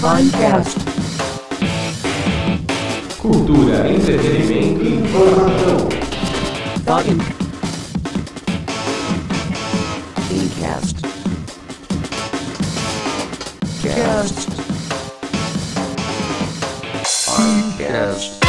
Podcast. Cultura, entretenimento e informação. Button. Podcast. Cast. Podcast.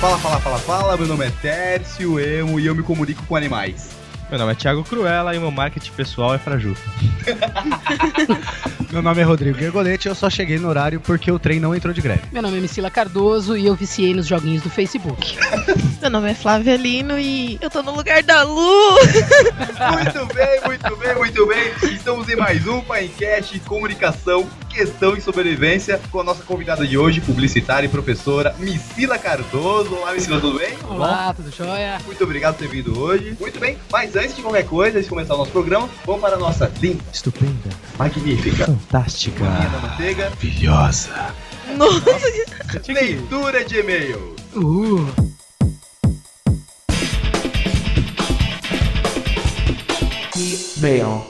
Fala, fala, fala, fala, meu nome é Tércio Emo e eu me comunico com animais. Meu nome é Thiago Cruella e meu marketing pessoal é Frajuca. Meu nome é Rodrigo Gergolete e eu só cheguei no horário porque o trem não entrou de greve. Meu nome é Micila Cardoso e eu viciei nos joguinhos do Facebook. Meu nome é Flávia Lino e eu tô no lugar da Lu. Muito bem, muito bem, muito bem. Estamos em mais um Pinecast Comunicação, Questão e Sobrevivência com a nossa convidada de hoje, publicitária e professora Micila Cardoso. Olá, Micila, tudo bem? Olá, tudo jóia? Muito obrigado por ter vindo hoje. Muito bem, mas antes de qualquer coisa, antes de começar o nosso programa, vamos para a nossa linda, Estupenda, magnífica, bolinha fantástica, da manteiga, maravilhosa. Nossa, leitura de e-mail. Uh, Mail.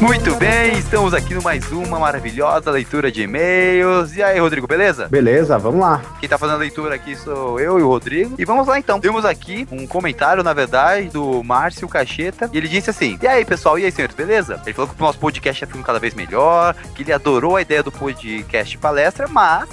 Muito bem, estamos aqui no mais uma maravilhosa leitura de e-mails. E aí, Rodrigo, beleza? Beleza, vamos lá. Quem tá fazendo a leitura aqui sou eu e o Rodrigo. E vamos lá então. Temos aqui um comentário, na verdade, do Márcio Cacheta. E ele disse assim: E aí, pessoal, e aí, senhores, beleza? Ele falou que o nosso podcast tá ficando cada vez melhor, que ele adorou a ideia do podcast palestra, mas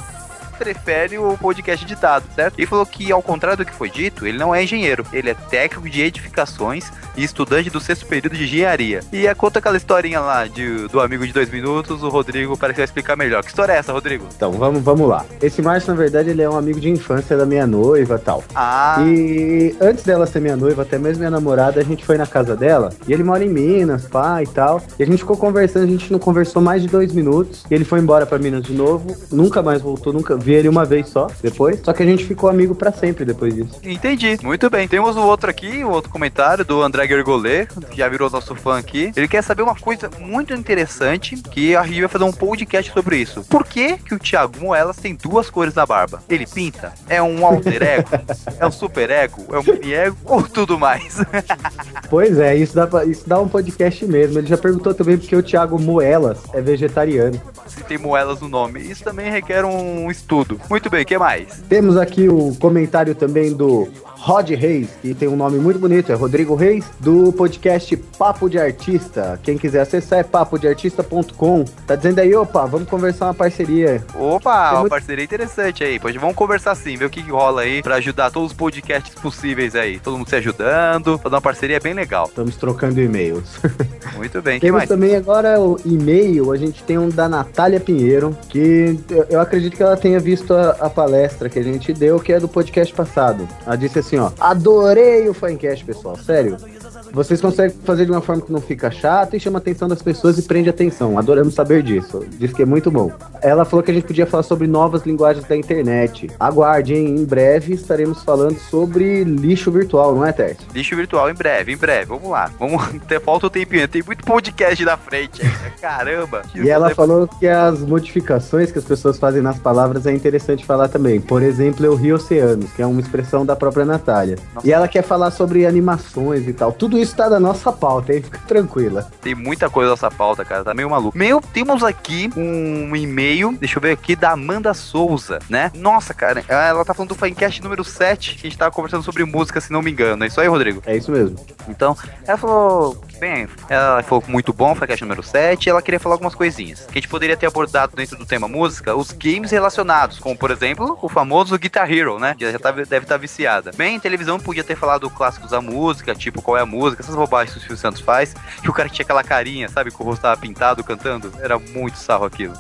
prefere o podcast editado, certo? Ele falou que, ao contrário do que foi dito, ele não é engenheiro, ele é técnico de edificações e estudante do sexto período de engenharia. E é, conta aquela historinha lá de, do amigo de dois minutos, o Rodrigo parece que vai explicar melhor. Que história é essa, Rodrigo? Então, vamos, vamos lá. Esse Márcio, na verdade, ele é um amigo de infância da minha noiva e tal. Ah, E antes dela ser minha noiva, até mesmo minha namorada, a gente foi na casa dela. E ele mora em Minas, pá e tal. E a gente ficou conversando, a gente não conversou mais de dois minutos. E ele foi embora pra Minas de novo. Nunca mais voltou, nunca vi ele uma vez só depois. Só que a gente ficou amigo pra sempre depois disso. Entendi. Muito bem. Temos um outro aqui, um outro comentário do André Gergolê, que já virou nosso fã aqui. Ele quer saber uma coisa muito interessante, que a gente vai fazer um podcast sobre isso. Por que que o Thiago Moelas tem duas cores na barba? Ele pinta? É um alter ego? é um super ego? É um mini ego? Ou tudo mais? Pois é, isso dá, pra- isso dá um podcast mesmo. Ele já perguntou também porque o Thiago Moelas é vegetariano. Se tem Moelas no nome. Isso também requer um estudo. Muito bem, o que mais? Temos aqui o comentário também do Rod Reis, que tem um nome muito bonito, é Rodrigo Reis, do podcast Papo de Artista. Quem quiser acessar é papodeartista.com. Tá dizendo aí, opa, vamos conversar uma parceria. Opa, Tem uma muito- parceria interessante aí. Pois vamos conversar sim, ver o que, que rola aí pra ajudar todos os podcasts possíveis aí. Todo mundo se ajudando, fazer uma parceria bem legal. Estamos trocando e-mails. Muito bem, que Temos mais? também agora o e-mail, a gente tem um da Natália Pinheiro, que eu- eu acredito que ela tenha visto a, a palestra que a gente deu, que é do podcast passado. Ela disse assim, ó, adorei o Finecast, pessoal, sério. Vocês conseguem fazer de uma forma que não fica chato e chama a atenção das pessoas e prende atenção. Adoramos saber disso. Diz que é muito bom. Ela falou que a gente podia falar sobre novas linguagens da internet. Aguarde, hein? Em breve estaremos falando sobre lixo virtual, não é, Tete? Lixo virtual em breve, em breve. Vamos lá. Vamos ter falta o tempinho. Tem muito podcast na frente ainda. Caramba. E ela falou que as modificações que as pessoas fazem nas palavras é interessante falar também. Por exemplo, eu ri oceanos, que é uma expressão da própria Natália. Nossa. E ela quer falar sobre animações e tal. Tudo isso tá da nossa pauta, hein? Fica tranquila. Tem muita coisa nessa pauta, cara. Tá meio maluco. Meu, temos aqui um e-mail. Deixa eu ver aqui. Da Amanda Souza, né? Nossa, cara. Ela tá falando do Finecast número 7. Que a gente tava conversando sobre música, se não me engano. É isso aí, Rodrigo? É isso mesmo. Então, ela falou. Bem, ela falou muito bom, foi a caixa número 7, e ela queria falar algumas coisinhas. Que a gente poderia ter abordado dentro do tema música os games relacionados, como por exemplo, o famoso Guitar Hero, né? Que ela já tá- deve estar viciada. Bem, em televisão podia ter falado clássicos da música, tipo qual é a música, essas bobagens que o Silvio Santos faz, que o cara tinha aquela carinha, sabe? Que o rosto tava pintado cantando. Era muito sarro aquilo.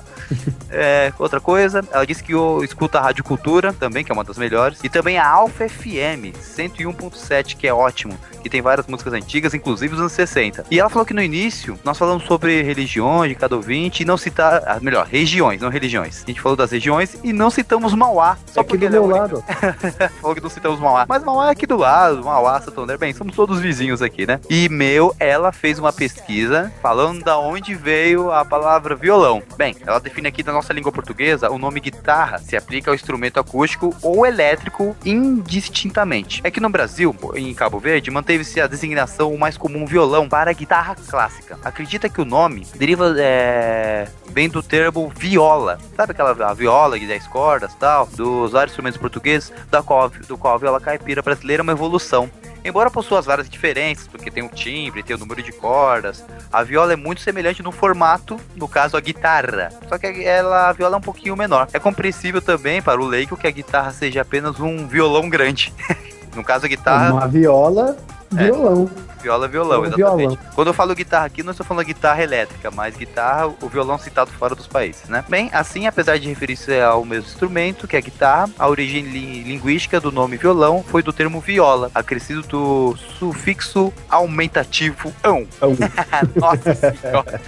É, outra coisa, ela disse que o- escuta a Rádio Cultura também, que é uma das melhores, e também a um Alpha FM 101.7, que é ótimo, que tem várias músicas antigas, inclusive os anos 60. comenta. E ela falou que no início nós falamos sobre religiões de cada ouvinte e não citar. Ah, melhor, regiões, não religiões. A gente falou das regiões e não citamos Mauá. Só Só que porque ele do é meu único. lado. falou que não citamos Mauá. Mas Mauá é aqui do lado, Mauá, Santo André. Bem, somos todos vizinhos aqui, né? E, meu, ela fez uma pesquisa falando da onde veio a palavra violão. Bem, ela define aqui da nossa língua portuguesa o nome guitarra se aplica ao instrumento acústico ou elétrico indistintamente. É que no Brasil, em Cabo Verde, manteve-se a designação mais comum violão para guitarra clássica. Acredita que o nome deriva é, vem do termo viola. Sabe aquela a viola de 10 cordas tal, dos vários instrumentos portugueses, da qual, do qual a viola caipira brasileira é uma evolução. Embora possua as várias diferenças, porque tem o timbre, tem o número de cordas, a viola é muito semelhante no formato, no caso a guitarra. Só que ela, a viola é um pouquinho menor. É compreensível também para o leigo que a guitarra seja apenas um violão grande. no caso, a guitarra Uma viola, Tá. É. violão. Viola, violão, Viola, exatamente. É um violão. Quando eu falo guitarra aqui, não estou falando guitarra elétrica, mas guitarra, o violão citado fora dos países, né? Bem, assim, apesar de referir-se ao mesmo instrumento, que é a guitarra, a origem li- linguística do nome violão foi do termo viola, acrescido do sufixo aumentativo ão. Ão. Nossa senhora.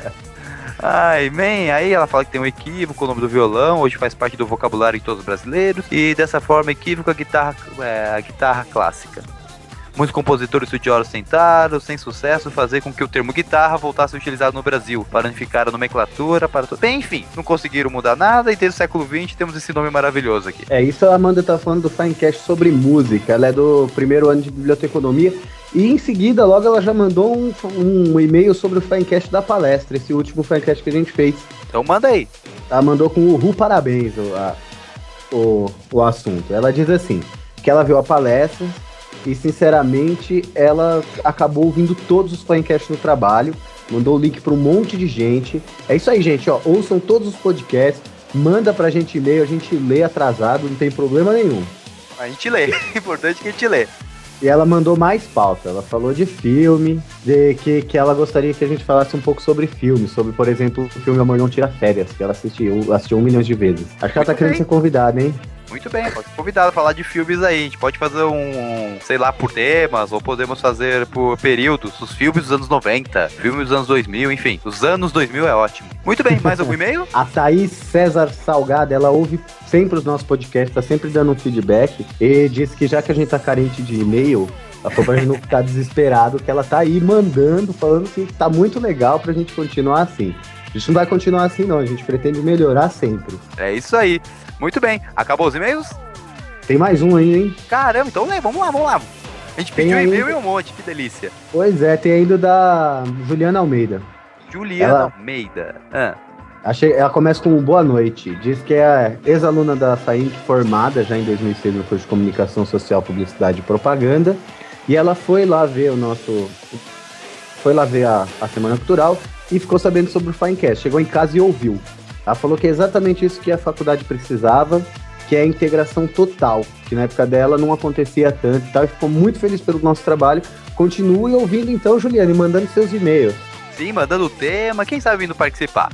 Ai, bem, aí ela fala que tem um equívoco, o nome do violão, hoje faz parte do vocabulário de todos os brasileiros, e dessa forma equívoco a guitarra, é, a guitarra clássica. Muitos compositores estudiosos tentaram, sem sucesso, fazer com que o termo guitarra voltasse a ser utilizado no Brasil, para unificar a nomenclatura, para tudo. Bem, enfim, não conseguiram mudar nada e desde o século XX temos esse nome maravilhoso aqui. É isso, a Amanda tá falando do Finecast sobre música. Ela é do primeiro ano de biblioteconomia. E em seguida, logo, ela já mandou um, um e-mail sobre o Finecast da palestra, esse último Finecast que a gente fez. Então manda aí. Ela Tá, mandou com o Ru parabéns o, a- o, o assunto. Ela diz assim, que ela viu a palestra e, sinceramente, ela acabou ouvindo todos os podcasts no trabalho, mandou o link para um monte de gente. É isso aí, gente, ó, ouçam todos os podcasts, manda pra gente e-mail, a gente lê atrasado, não tem problema nenhum. A gente lê. É importante que a gente lê. E ela mandou mais pauta. Ela falou de filme, de que, que ela gostaria que a gente falasse um pouco sobre filme, sobre, por exemplo, o filme Amor Não Tira Férias, que ela assistiu, assistiu um milhão de vezes. Acho que ela tá Muito querendo bem. ser convidada, hein? Muito bem, pode ser convidado a falar de filmes aí. A gente pode fazer um, sei lá, por temas, ou podemos fazer por períodos, os filmes dos anos 90, filmes dos anos 2000, enfim. Os anos 2000 é ótimo. Muito bem, mais algum e-mail? A Thaís César Salgado, ela ouve sempre os nossos podcasts, tá sempre dando um feedback e diz que já que a gente tá carente de e-mail, ela falou pra gente não ficar desesperado, que ela tá aí mandando, falando que tá muito legal pra gente continuar assim. A gente não vai continuar assim não, a gente pretende melhorar sempre. É isso aí. Muito bem, acabou os e-mails? Tem mais um aí, hein? Caramba, então né, vamos lá, vamos lá. A gente Tem pediu ainda. e-mail e um monte, que delícia. Pois é, tem ainda o da Juliana Almeida. Juliana Ela- Almeida. Ah, Achei, ela começa com um boa noite. Diz que é ex-aluna da FAINC, formada já em 2006 no curso de Comunicação Social, Publicidade e Propaganda. E ela foi lá ver o nosso. Foi lá ver a, a Semana Cultural e ficou sabendo sobre o Finecast. Chegou em casa e ouviu. Ela falou que é exatamente isso que a faculdade precisava, que é a integração total, que na época dela não acontecia tanto e tal. E ficou muito feliz pelo nosso trabalho. Continue ouvindo então, Juliana, e mandando seus e-mails. sim, mandando o tema, quem sabe vindo participar.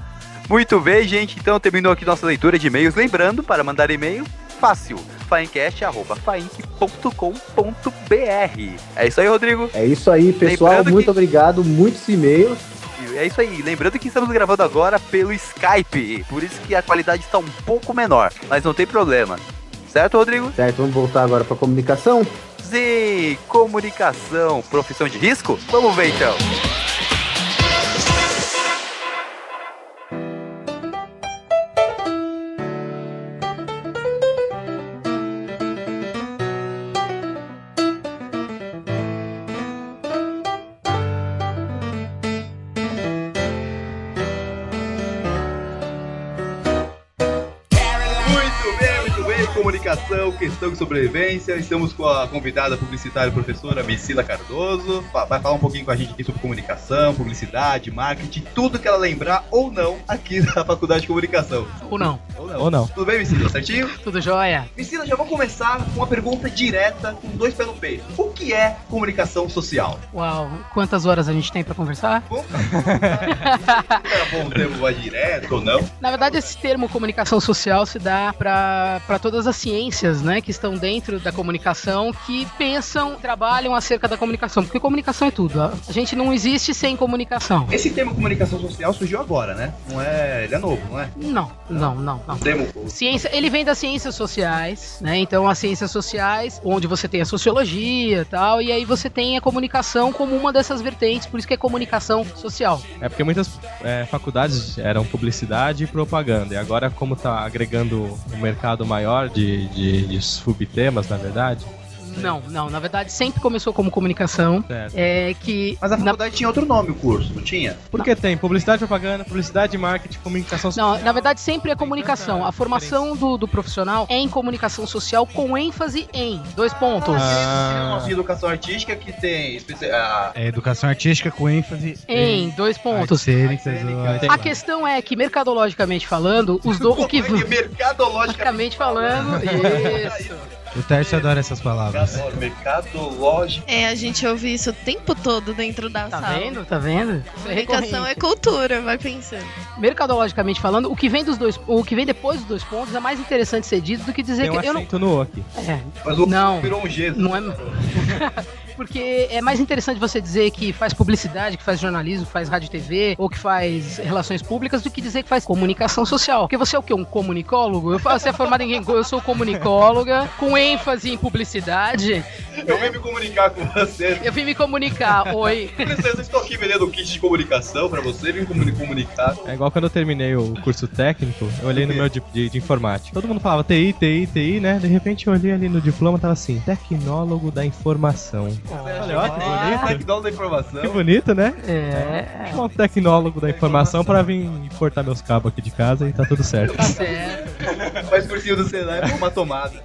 Muito bem, gente, então terminou aqui nossa leitura de e-mails. Lembrando, para mandar e-mail, fácil, faincast.fainc.com.br. É isso aí, Rodrigo. É isso aí, pessoal. Lembrando muito que- obrigado, muitos e-mails. E É isso aí. Lembrando que estamos gravando agora pelo Skype, por isso que a qualidade está um pouco menor, mas não tem problema. Certo, Rodrigo? Certo, vamos voltar agora para comunicação. Sim, comunicação, profissão de risco? Vamos ver então. Muito bem, muito bem. Comunicação, questão de sobrevivência. Estamos com a convidada publicitária professora Messila Cardoso. Fa- Vai falar um pouquinho com a gente aqui sobre comunicação, publicidade, marketing, tudo que ela lembrar ou não aqui da Faculdade de Comunicação. Ou não? Ou não. Ou não. Tudo bem, Messila? Certinho? Tudo jóia? Messila, já vou começar com uma pergunta direta, com dois pés no peito. O que é comunicação social? Uau, quantas horas a gente tem pra conversar? Vamos Ah. Era bom o termo um mais direto ou não? Na verdade, esse termo comunicação social se dá pra pra todas famosas ciências, né, que estão dentro da comunicação, que pensam, trabalham acerca da comunicação, porque comunicação é tudo. A a gente não existe sem comunicação. Esse termo comunicação social surgiu agora, né? Não é. Ele é novo, não é? Não, não, não, não. O termo. Ciência, ele vem das ciências sociais, né? Então as ciências sociais, onde você tem a sociologia e tal, e aí você tem a comunicação como uma dessas vertentes, por isso que é comunicação social. É porque muitas é, faculdades eram publicidade e propaganda. E agora, como tá agregando um mercado maior de, de, de subtemas, na verdade. Não, não, na verdade sempre começou como comunicação. Certo. É que Mas a na- faculdade tinha outro nome, o curso, não tinha? Porque tem publicidade, propaganda, publicidade, marketing, comunicação Não, na verdade sempre é comunicação. A formação do, do profissional é em comunicação social com ênfase em dois pontos. Tinha um nome de educação artística que tem. especi- ah, É educação artística com ênfase Em dois pontos. artes cênicas, Artes ou cênicas. artes- A questão é que mercadologicamente falando, os do o que Como é mercadológica. mercadologicamente falando, isso. O Tércio adora essas um palavras. Mercado- Mercadológica. É, a gente ouve isso o tempo todo dentro da Tá sala. vendo? Tá vendo? Isso é Comunicação é recorrente. cultura, vai pensando. Mercadologicamente falando, o que vem dos dois, o que vem depois dos dois pontos é mais interessante ser dito do que dizer Tem um é que eu não, acento no O aqui. é, Mas o Não. virou um G. não é Porque é mais interessante você dizer que faz publicidade, que faz jornalismo, faz rádio e TV, ou que faz relações públicas, do que dizer que faz comunicação social. Porque você é o quê? Um comunicólogo? Eu falo, você é formado em eu sou comunicóloga, com ênfase em publicidade. Eu vim me comunicar com você. Eu vim me comunicar, oi. Princesa, estou aqui vendendo um kit de comunicação pra você. Vim comuni- comunicar. É igual quando eu terminei o curso técnico, eu olhei no meu di- de, de informática. Todo mundo falava TI, TI, TI, né? De repente eu olhei ali no diploma tava assim, tecnólogo da informação. Olha, ó, que Ah, bonito. Tecnólogo da Que informação. bonito, né? É. Chama um tecnólogo da informação pra vir cortar meus cabos aqui de casa e tá tudo certo. Tá certo. Faz cursinho do Senai, uma tomada.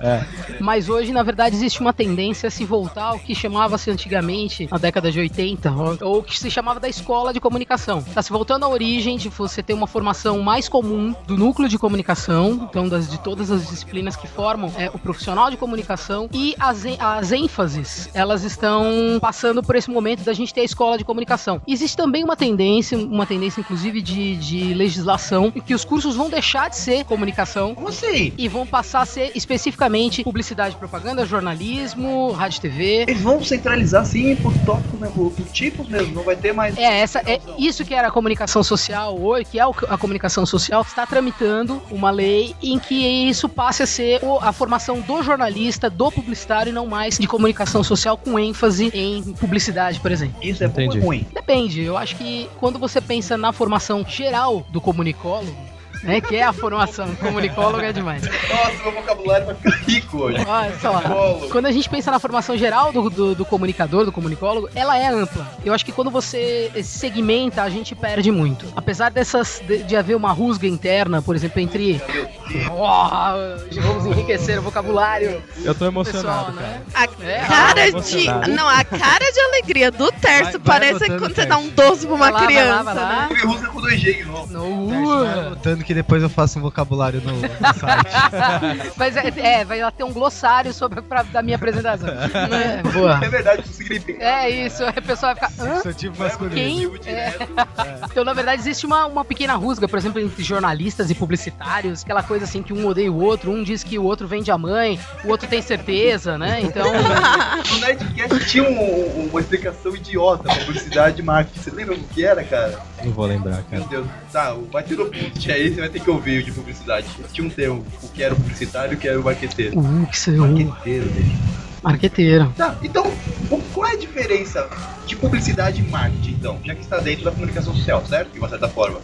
Mas hoje, na verdade, existe uma tendência a se voltar ao que chamava-se antigamente, na década de 80, ou- ou que se chamava da escola de comunicação. Tá se voltando à origem de você ter uma formação mais comum do núcleo de comunicação, então das, de todas as disciplinas que formam é, o profissional de comunicação, e as, en- as ênfases, elas estão passando por esse momento da gente ter a escola de comunicação. Existe também uma tendência, uma tendência inclusive de, de legislação, em que os cursos vão deixar de ser comunicação Como assim? e vão passar a ser especificamente publicidade, e propaganda, jornalismo, rádio e TV. Eles vão centralizar sim por tópicos, né? Por, por tipos mesmo. Não vai ter mais. É, essa, é isso que era a comunicação social hoje, que é o- a comunicação social, está tramitando uma lei em que isso passe a ser o- a formação do jornalista, do publicitário, e não mais de comunicação social com ênfase em publicidade, por exemplo. Isso é bom Entendi. ou ruim? Depende, eu acho que quando você pensa na formação geral do comunicólogo, né, que é a formação comunicólogo é demais. Nossa, meu vocabulário vai ficar rico hoje. Olha só. Psicólogo. Quando a gente pensa na formação geral do, do, do comunicador, do comunicólogo, ela é ampla. Eu acho que quando você segmenta, a gente perde muito. Apesar dessas de, de haver uma rusga interna, por exemplo, entre. Oh, vamos enriquecer o vocabulário Eu tô do pessoal, emocionado, cara. né? A É, cara ó, de. emocionado. Não, a cara de alegria do Tércio Vai- vai parece anotando, quando você Tércio. dá um doce pra Vai uma lá, vai lá, criança. né? vai lá. Me usa com dois G de novo. No- uh! Notando que depois eu faço um vocabulário no, no site. Mas é, é, vai lá ter um glossário sobre pra, da minha apresentação. É, boa. É verdade, isso significa. É isso, aí a pessoa vai ficar. "Hã?" Isso é tipo masculino. Quem? É. Positivo direto. Então, na verdade, existe uma, uma pequena rusga, por exemplo, entre jornalistas e publicitários, aquela coisa assim que um odeia o outro, um diz que o outro vende a mãe, o outro tem certeza, né? Então, No Nerdcast tinha um- um- uma explicação idiota pra publicidade e marketing. Você lembra o que era, cara? Não vou lembrar, Meu cara. Deus, tá, o bate no post aí, você vai ter que ouvir o de publicidade. Tinha um termo, o que era o publicitário e o que era o marqueteiro. uh, que seu Marqueteiro, velho. marqueteiro. Tá, então, o- qual é a diferença de publicidade e marketing, então? Já que está dentro da comunicação social, certo? De uma certa forma.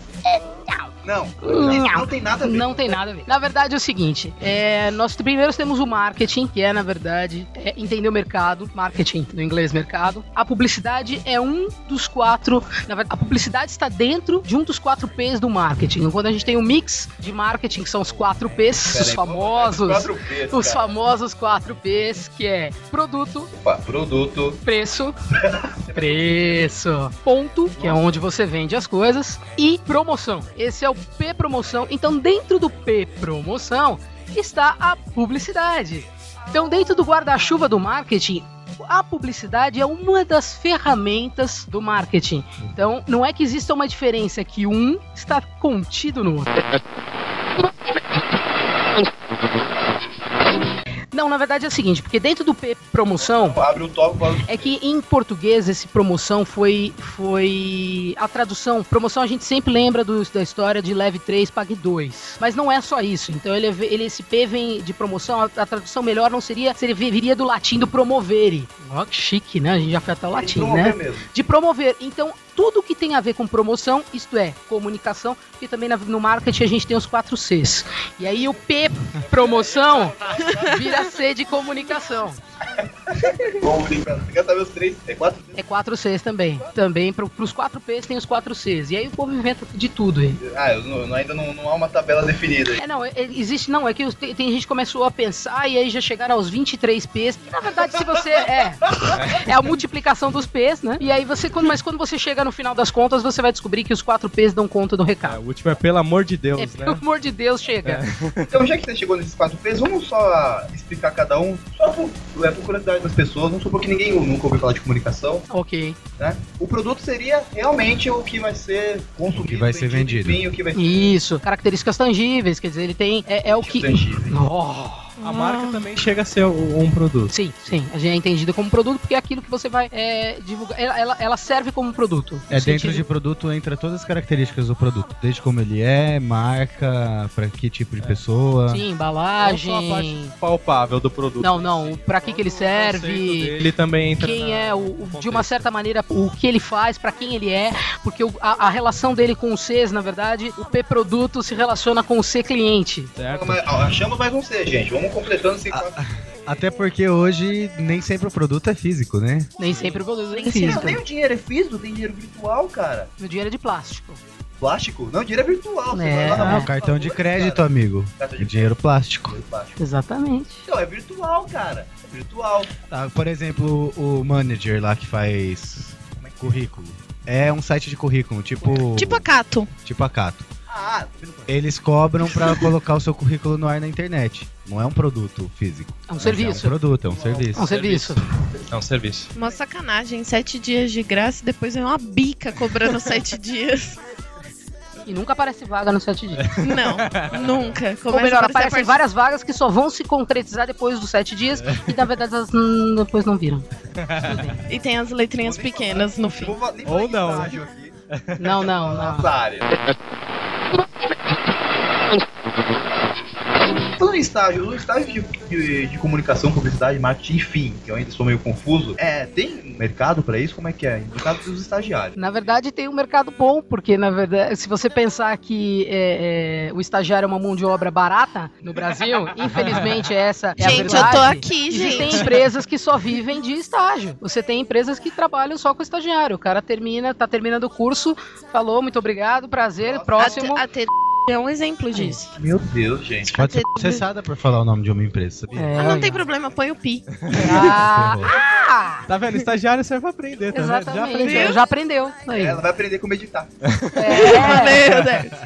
Não, é, não tem nada a ver. É, Não tem nada a ver. Na verdade é o seguinte: é, nós primeiro temos o marketing, que é, na verdade, é entender o mercado, marketing no inglês mercado. A publicidade é um dos quatro. Na verdade, a publicidade está dentro de um dos quatro P's do marketing. Quando a gente tem um mix de marketing, que são os quatro P's, Pera os aí, famosos. Quatro P's, Os cara. famosos 4Ps, que é produto, Opa, Produto, preço, preço, ponto, que é onde você vende as coisas, e promoção. Esse é o P promoção. Então, dentro do P promoção está a publicidade. Então, dentro do guarda-chuva do marketing, a publicidade é uma das ferramentas do marketing. Então, não é que exista uma diferença que um está contido no outro. Não, na verdade é o seguinte, porque dentro do P promoção, Abre um tópico, abre... é que em português esse promoção foi foi a tradução. Promoção a gente sempre lembra do- da história de leve 3, pague 2. Mas não é só isso. Então ele, ele esse P vem de promoção, a, a tradução melhor não seria, seria viria do latim do promovere. Ó, que chique, né? A gente já foi até o latim, Promover né? mesmo. de promover. Então, tudo que tem a ver com promoção, isto é, comunicação, e também na- no marketing a gente tem os quatro Cs. E aí o P, promoção, vira C de comunicação. Comunicação. Você quer saber os três? É quatro? É quatro Cs também. Também pro, pros quatro Ps tem os quatro Cs. E aí o povo inventa de tudo aí. Ah, eu não- não- ainda não, não há uma tabela definida aí. É, não, é- é- existe, não, é que os- tem, tem gente que começou a pensar e aí já chegaram aos 23 P's. que, na verdade, se você. É. É a multiplicação dos P's, né? E aí você. quando- Mas quando você chega no final das contas, você vai descobrir que os quatro P's dão conta do recado. É, o último é pelo amor de Deus, É, né? pelo amor de Deus, chega. Então, já que você chegou nesses quatro P's, vamos só explicar cada um, só por, é, por curiosidade das pessoas, vamos supor que ninguém nunca ouviu falar de comunicação, Ok. né? O produto seria realmente o que vai ser consumido, O que vai ser vendido. enfim, o que vai ser Isso. Características tangíveis, quer dizer, ele tem. É, é o que. tangível. Oh. A marca também chega a ser um um produto. Sim, sim. A gente é entendida como produto porque é aquilo que você vai é, divulgar. Ela, ela, ela serve como produto. No É dentro sentido- de produto, entra todas as características do produto. Desde como ele é, marca, pra que tipo de pessoa. Sim, Ah, Não só a parte embalagem. palpável do produto. Não, não. Pra que, que ele serve. Ele também entra. Quem na- é, o, o- de uma né? contexto. certa maneira, o que ele faz, pra quem ele é, porque o- a, a relação dele com o Cs, na verdade, o P produto se relaciona com o C cliente. Certo? Mas, ó, achamos mais um C, gente. Vamos completando Ah, esses quatro. Até porque hoje nem sempre o produto é físico, né? Nem sempre o produto é assim, Não, físico. nem o dinheiro é físico, tem dinheiro virtual, cara. O dinheiro é de plástico. Plástico? Não, dinheiro é virtual. você É. vai lá na Ah, Ah, mão o do cartão de valor, crédito, cara. amigo. Cartão É de dinheiro plástico. crédito, plástico. Exatamente. Então, é virtual, cara. É virtual. Ah, por exemplo, o manager lá que faz currículo. É um site de currículo, tipo. Tipo a Cato. tipo a Cato. Ah, tá vendo? Eles cobram pra colocar o seu currículo no ar na internet. Não é um produto físico. É um mas serviço. É um produto, é um É um serviço. serviço. É um serviço. Uma sacanagem. Sete dias de graça e depois vem uma bica cobrando sete dias. E nunca aparece vaga no 7 dias. Não, nunca. É. Começa Ou melhor, a aparecer a aparecem parte- várias vagas que só vão se concretizar depois dos 7 dias e na verdade elas hum, depois não viram. E tem as letrinhas pequenas no fim. Vou nem Ou falar não. estágio aqui Não, não, não. nessa área. Falando em estágio, o estágio de, de- de comunicação, publicidade, marketing, enfim, que eu ainda sou meio confuso, é, tem mercado pra isso? Como é que é? No caso dos estagiários. Na verdade, tem um mercado bom, porque na verdade, se você pensar que é, é, o estagiário é uma mão de obra barata no Brasil, infelizmente essa é a Gente, eu verdade. tô aqui, Existem gente. empresas que só vivem de estágio. Você tem empresas que trabalham só com estagiário. O cara termina, tá terminando o curso, falou, muito obrigado, prazer, próximo. A, T- a T é um exemplo disso. Meu Deus, gente. Pode ser processada por falar o nome de uma empresa, sabia? É, Ah, não tem olha. problema, põe o pi. Ah, Ferrou. ah! Tá vendo? Estagiário serve pra aprender, tá vendo? Já Exatamente, aprendeu. já, já aprendeu. Aí. Ela vai aprender como editar. É, Meu Deus.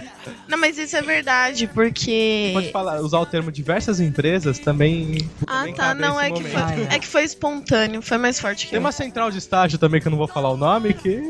Não, mas isso é verdade, porque. Pode falar, usar o termo diversas empresas também. Ah, também tá, cabe não, nesse é que, momento. Ah, foi, é. é que foi espontâneo, foi mais forte que Tem eu. uma central de estágio também que eu não vou falar o nome, que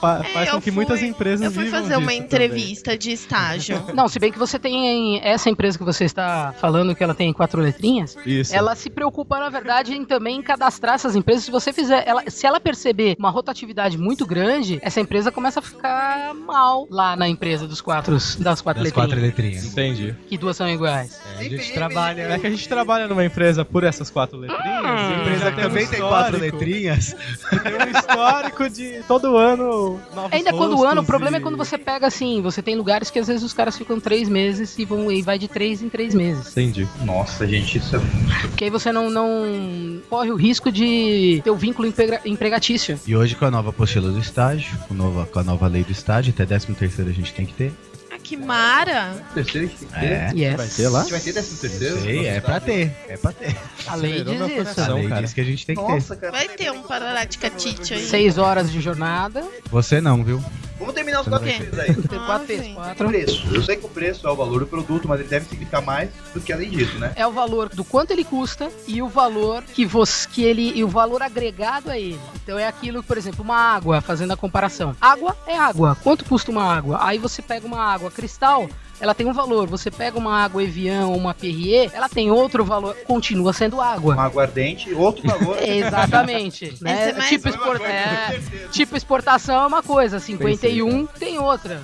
fa- É, faz eu com que fui- muitas empresas Eu fui vivam fazer uma disso entrevista de estágio. Não, se bem que você tem essa empresa que você está falando que ela tem quatro letrinhas, também. Isso. ela se preocupa na verdade em também cadastrar essas empresas. Se você fizer, ela- se ela perceber uma rotatividade muito grande, essa empresa começa a ficar mal lá na empresa dos quatro, das quatro Das letrinhas, quatro letrinhas. Entendi. que duas são iguais. É, a gente trabalha, É que a gente trabalha numa empresa por essas quatro Hum. letrinhas. e a empresa um Apesar que também tem quatro letrinhas. Tem um histórico de todo ano. novos Ainda quando o rostos ano, o problema e- é quando você pega assim, você tem lugares que às vezes os caras ficam três meses e vão e vai de três em três meses. Entendi. Nossa, gente, isso é Porque aí você não, não corre o risco de ter o vínculo emprega- empregatício. E hoje com a nova apostila do estágio, com, nova, com a nova lei do estágio, até 13 terceiro a gente tem que ter. Ah, que mara! terceiro que tem que ter. É. Yes. Vai ter lá? A gente vai ter décimo terceiro? Sei, é pra ter. É pra ter. A lei Acelerou diz meu isso. A Não, lei cara. diz que a gente tem que ter. Nossa, cara. Vai ter um parará de catite aí. Seis horas de jornada. Você não, viu? Vamos terminar os quatro Por quê? P's aí. Tem Ah, quatro vezes sim. quatro. Preço. Eu sei que o preço é o valor do produto, mas ele deve significar mais do que além disso, né? É o valor do quanto ele custa e o valor que você que ele e o valor agregado a ele. Então é aquilo, por exemplo, uma água, fazendo a comparação. Água é água. Quanto custa uma água? Aí você pega uma água cristal, ela tem um valor. Você pega uma água Evian ou uma Perrier, ela tem outro valor, continua sendo água. Um aguardente, outro valor. Exatamente. né? Essa é mais tipo, uma expor- coisa, é, com certeza. tipo exportação é uma coisa, 51 tem outra.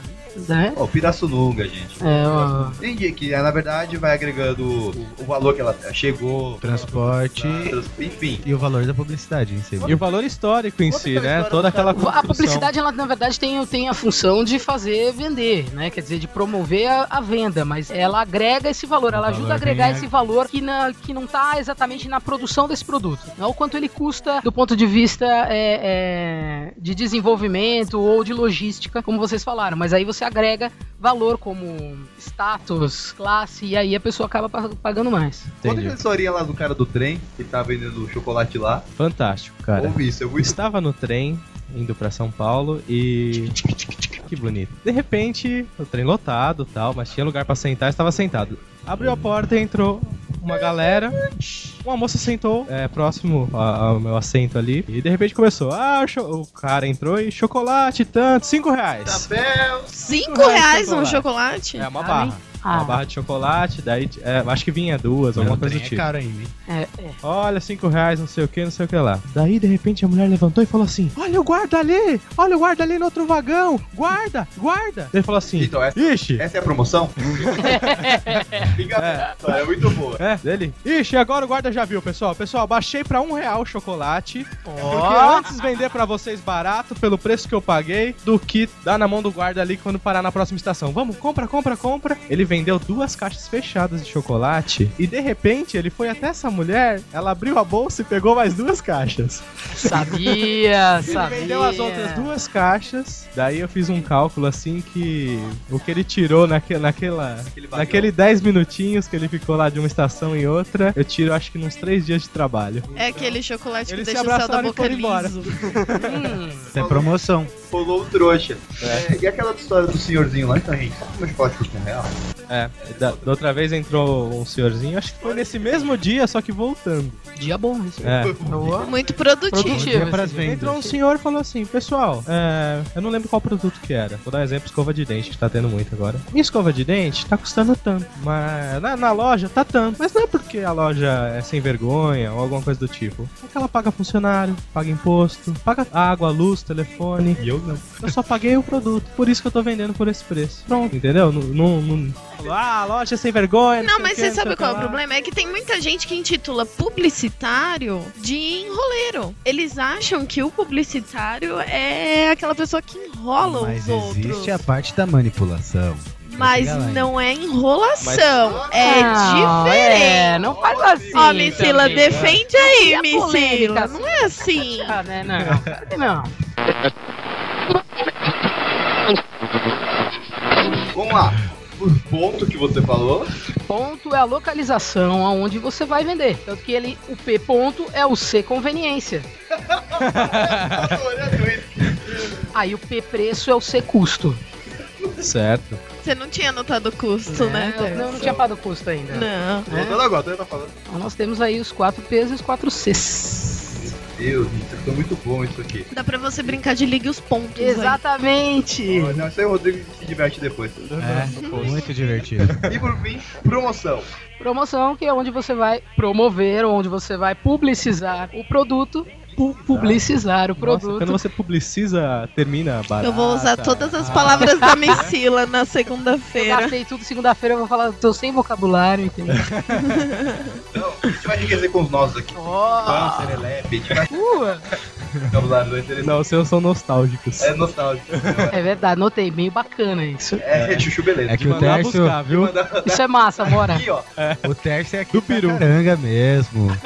Né? Ó, Pirassununga, gente. É, ó, Entendi que, na verdade, vai agregando o, o valor que ela chegou, Ah, Transporte trans- enfim. e o valor da publicidade em si. E o valor histórico em Conta si, aquela né? história Toda do aquela cara. A construção. publicidade, ela, na verdade, tem, tem a função de fazer vender, né? Quer dizer, de promover a, a venda, mas ela agrega esse valor, ela O ajuda a valor agregar vem a- esse valor que, na, que não tá exatamente na produção desse produto. Não o quanto ele custa do ponto de vista é, é, de desenvolvimento ou de logística, como vocês falaram, mas aí você agrega valor como status, classe, e aí a pessoa acaba pa- pagando mais. Conta Entendi. aquela historinha lá do cara do trem, que tá vendendo chocolate lá. Fantástico, cara. Ouve isso, é muito Estava no trem indo pra São Paulo e que bonito. De repente, o trem lotado, tal, mas tinha lugar pra sentar, estava sentado. Abriu a porta, entrou uma galera. Uma moça sentou é, próximo a- ao meu assento ali. E de repente começou. Ah, o, cho- o cara entrou e chocolate, tanto, cinco reais. Tá Chapéu! Cinco reais um chocolate? É uma Cara, hein? barra. Uma barra de chocolate, daí é, acho que vinha duas, alguma coisa do é tipo. caro ainda, hein? é, é. Olha, cinco reais, não sei o que, não sei o que lá. Daí, de repente, a mulher levantou e falou assim: Olha o guarda ali! Olha o guarda ali no outro vagão! Guarda! Guarda! Ele falou assim: Então, essa, Ixi! essa é a promoção? Fica é. é muito boa. É, dele. Ixi, agora o guarda já viu, pessoal. Pessoal, baixei pra um real o chocolate. Porque Ó, antes vender pra vocês barato, pelo preço que eu paguei, do que dar na mão do guarda ali quando parar na próxima estação. Vamos, compra, compra, compra. Ele vendeu duas caixas fechadas de chocolate. E de repente, ele foi até essa mulher, ela abriu a bolsa e pegou mais duas caixas. sabia, Ele sabia. vendeu as outras duas caixas. Daí eu fiz um cálculo assim que o que ele tirou naque, naquela. Aquele bagulho. Naquele 10 minutinhos que ele ficou lá de uma estação em outra, eu tiro acho que uns 3 dias de trabalho. É aquele chocolate que Eles deixa se o céu da abraçaram e boca foram embora. liso. Hum. Tem é promoção. Rolou o trouxa. É, e aquela história do senhorzinho lá, então, gente, como chocolate custa um real? É, da, da outra vez entrou um senhorzinho, acho que foi nesse mesmo dia, só que voltando. Dia bom, isso. É. Muito produtivo. Produtivo. Dia pras esse vendas. Entrou um senhor e falou assim, pessoal, é, eu não lembro qual produto que era. Vou dar um exemplo, escova de dente, que tá tendo muito agora. Minha escova de dente tá custando tanto, mas na, na loja tá tanto. Mas não é porque a loja é sem vergonha ou alguma coisa do tipo. É que ela paga funcionário, paga imposto, paga água, luz, telefone. E eu não. Eu só paguei o produto, por isso que eu tô vendendo por esse preço. Pronto, entendeu? Não- Não... não- falou, ah, a loja é sem vergonha. Não, sei o mas quê, você não sei que sabe qual é o lá." problema? É que tem muita gente que intitula publicitário de enroleiro. Eles acham que o publicitário é aquela pessoa que enrola Mas os outros. existe a parte da manipulação. Mas Chega lá, hein? não é enrolação, é Não, diferente. é, não faz assim. Ó, Missila, também. defende aí, Não cria Missila. polêmica, Não é assim. Ah, né, não, claro que não. Vamos lá. O ponto que você falou, Ponto é a localização aonde você vai vender. Tanto que ele, o P ponto é o C conveniência. Aí o P preço é o C custo. Certo. Você não tinha anotado o custo, né? É, Não, não tinha pago o custo ainda. Não. É. voltando agora, tu tá falando. Então nós temos aí os quatro P's e os quatro Cs. Meu Deus, gente, ficou muito bom isso aqui. Dá pra você brincar de ligue os pontos. aí. Exatamente. Ó, Não, isso aí o Rodrigo se diverte depois. É, muito divertido. E por fim, promoção. Promoção que é onde você vai promover, onde você vai publicizar o produto. Pu- Publicizar o Nossa, produto. quando você publiciza, termina barato. Eu vou Ah, tá. usar todas as palavras da Missila na Eu segunda-feira. gastei tudo segunda-feira, eu vou falar, tô sem vocabulário, entendeu? Então, A gente vai enriquecer com os nossos aqui. Ah. Pão, Ó, serelepe, a gente vai Ua! ficar lá, vai ser- Não, os seus são nostálgicos. É nostálgico. É verdade, notei, meio bacana isso. É, chuchu beleza. É que o Tércio, viu? Isso é massa, bora. Aqui, ó. o Tércio é aqui do peru. caranga mesmo.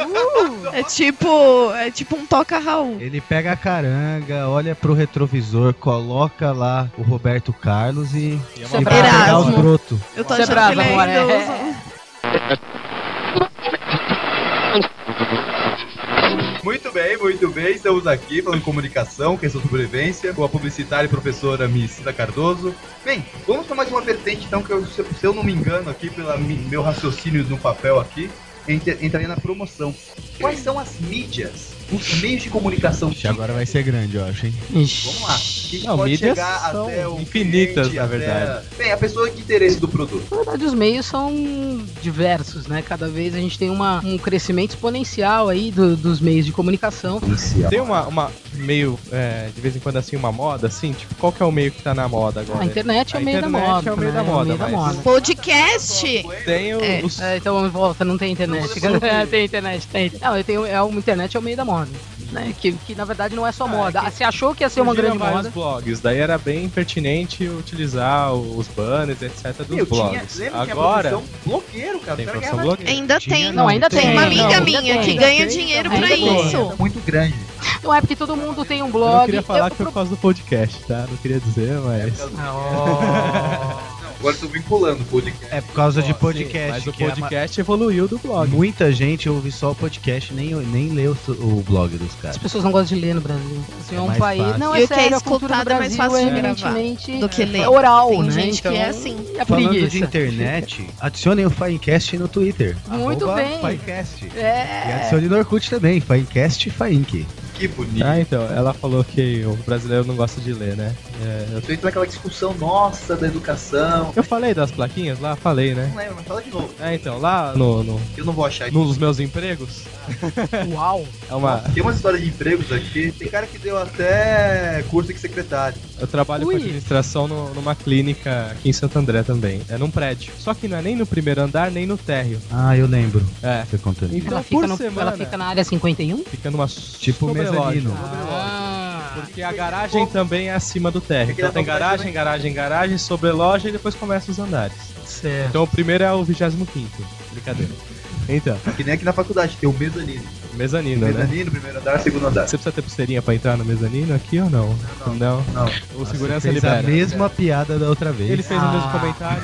É tipo, é tipo um toca Raul. Ele pega a caranga, olha pro retrovisor, coloca lá o Roberto Carlos e, E é Isso é e bravo, pegar o Erasmo. broto. Eu tô Você é achando brava, que ele amor, ainda é. usa- Muito bem, muito bem. Estamos aqui falando de comunicação, questão de sobrevivência, com a publicitária e professora Micida Cardoso. Bem, vamos para mais uma vertente, então, que eu, se eu não me engano aqui, pelo meu raciocínio no papel aqui, entra- entraria na promoção. Quais são as mídias, os meios de comunicação Ixi, agora vai ser grande, eu acho, hein? Vamos lá. Quem Não, pode mídias chegar são até o infinitas, cliente, na até- verdade. Bem, a pessoa que interesse do produto. Na verdade, os meios são diversos, né? Cada vez a gente tem uma, um crescimento exponencial aí do- dos meios de comunicação. Tem uma, uma meio, é, de vez em quando assim, uma moda, assim, tipo, qual que é o meio que tá na moda agora? A internet é A o meio da internet moda. é o meio né? da moda, mas- Podcast. Tem o- É, os... É, então volta, não tem internet. É, tem internet, tem. Não, eu tenho, é, a internet é o meio da moda. Né? Que, que na verdade não é só Ah, moda. é que- Você achou que ia ser uma surgiram grande vários moda? blogs, daí era bem pertinente utilizar os banners, etc, dos Eu tinha, blogs. lembra Agora, que a profissão blogueiro, cara. tem O cara profissão ganhava blogueira. Ainda Tinha tem. Não, ainda Tem tem. uma amiga Não, minha ainda que tem. ganha dinheiro ainda pra tem. isso. muito grande. Não é porque todo mundo tem um eu não blog. queria falar Eu- que foi por causa do podcast, tá? Não queria dizer, mas... Não, agora eu tô vinculando o podcast. É por causa de Ó, podcast. sim, mas o que é uma- podcast evoluiu do blog. Muita gente ouve só o podcast, nem, nem lê o, o blog dos As caras. pessoas não gostam de ler no Brasil. Assim, É é um mais país. fácil. Não, E é o que é sério, a cultura do escutado é Brasil mais fácil é de gravar eminentemente do que ler. oral, Tem né? gente que é Então, assim. É Falando de preguiça. internet, adicionem o Finecast no Twitter. Muito Arroba bem. Finecast. E É. adicione no Orkut também, Finecast e Fainc. Que bonito. Ah, então, ela falou que o brasileiro não gosta de ler, né? É, eu- Eu entra naquela discussão nossa da educação. eu falei das plaquinhas lá? Falei, né? Não lembro, mas fala de novo. É, então, lá no, no, Eu não vou achar isso. nos meus empregos, Uau. é uma, Tem umas histórias de empregos aqui. Tem cara que deu até curso de secretário. eu trabalho Ui. com administração no- numa clínica aqui em Santo André também. É num prédio. Só que não é nem no primeiro andar, nem no térreo. Ah, eu lembro. É. Você contando. Então, Ela, por fica no- semana, ela fica na área 51? fica numa Tipo sobrelógica. mezanino. Ah. Porque a garagem também é acima do térreo. Porque Então na tem faculdade garagem, também- garagem, garagem, sobre loja e depois começa os andares. Certo. Então o primeiro é o 25. Brincadeira. Então, Que nem aqui na faculdade, tem o mezanino. mezanino, né? mezanino, primeiro andar, segundo andar. Você precisa ter pulseirinha pra entrar no mezanino aqui ou não? Não, Não. O Você segurança fez a libera. mesma piada da outra vez. Ele fez um o mesmo Ah. comentário.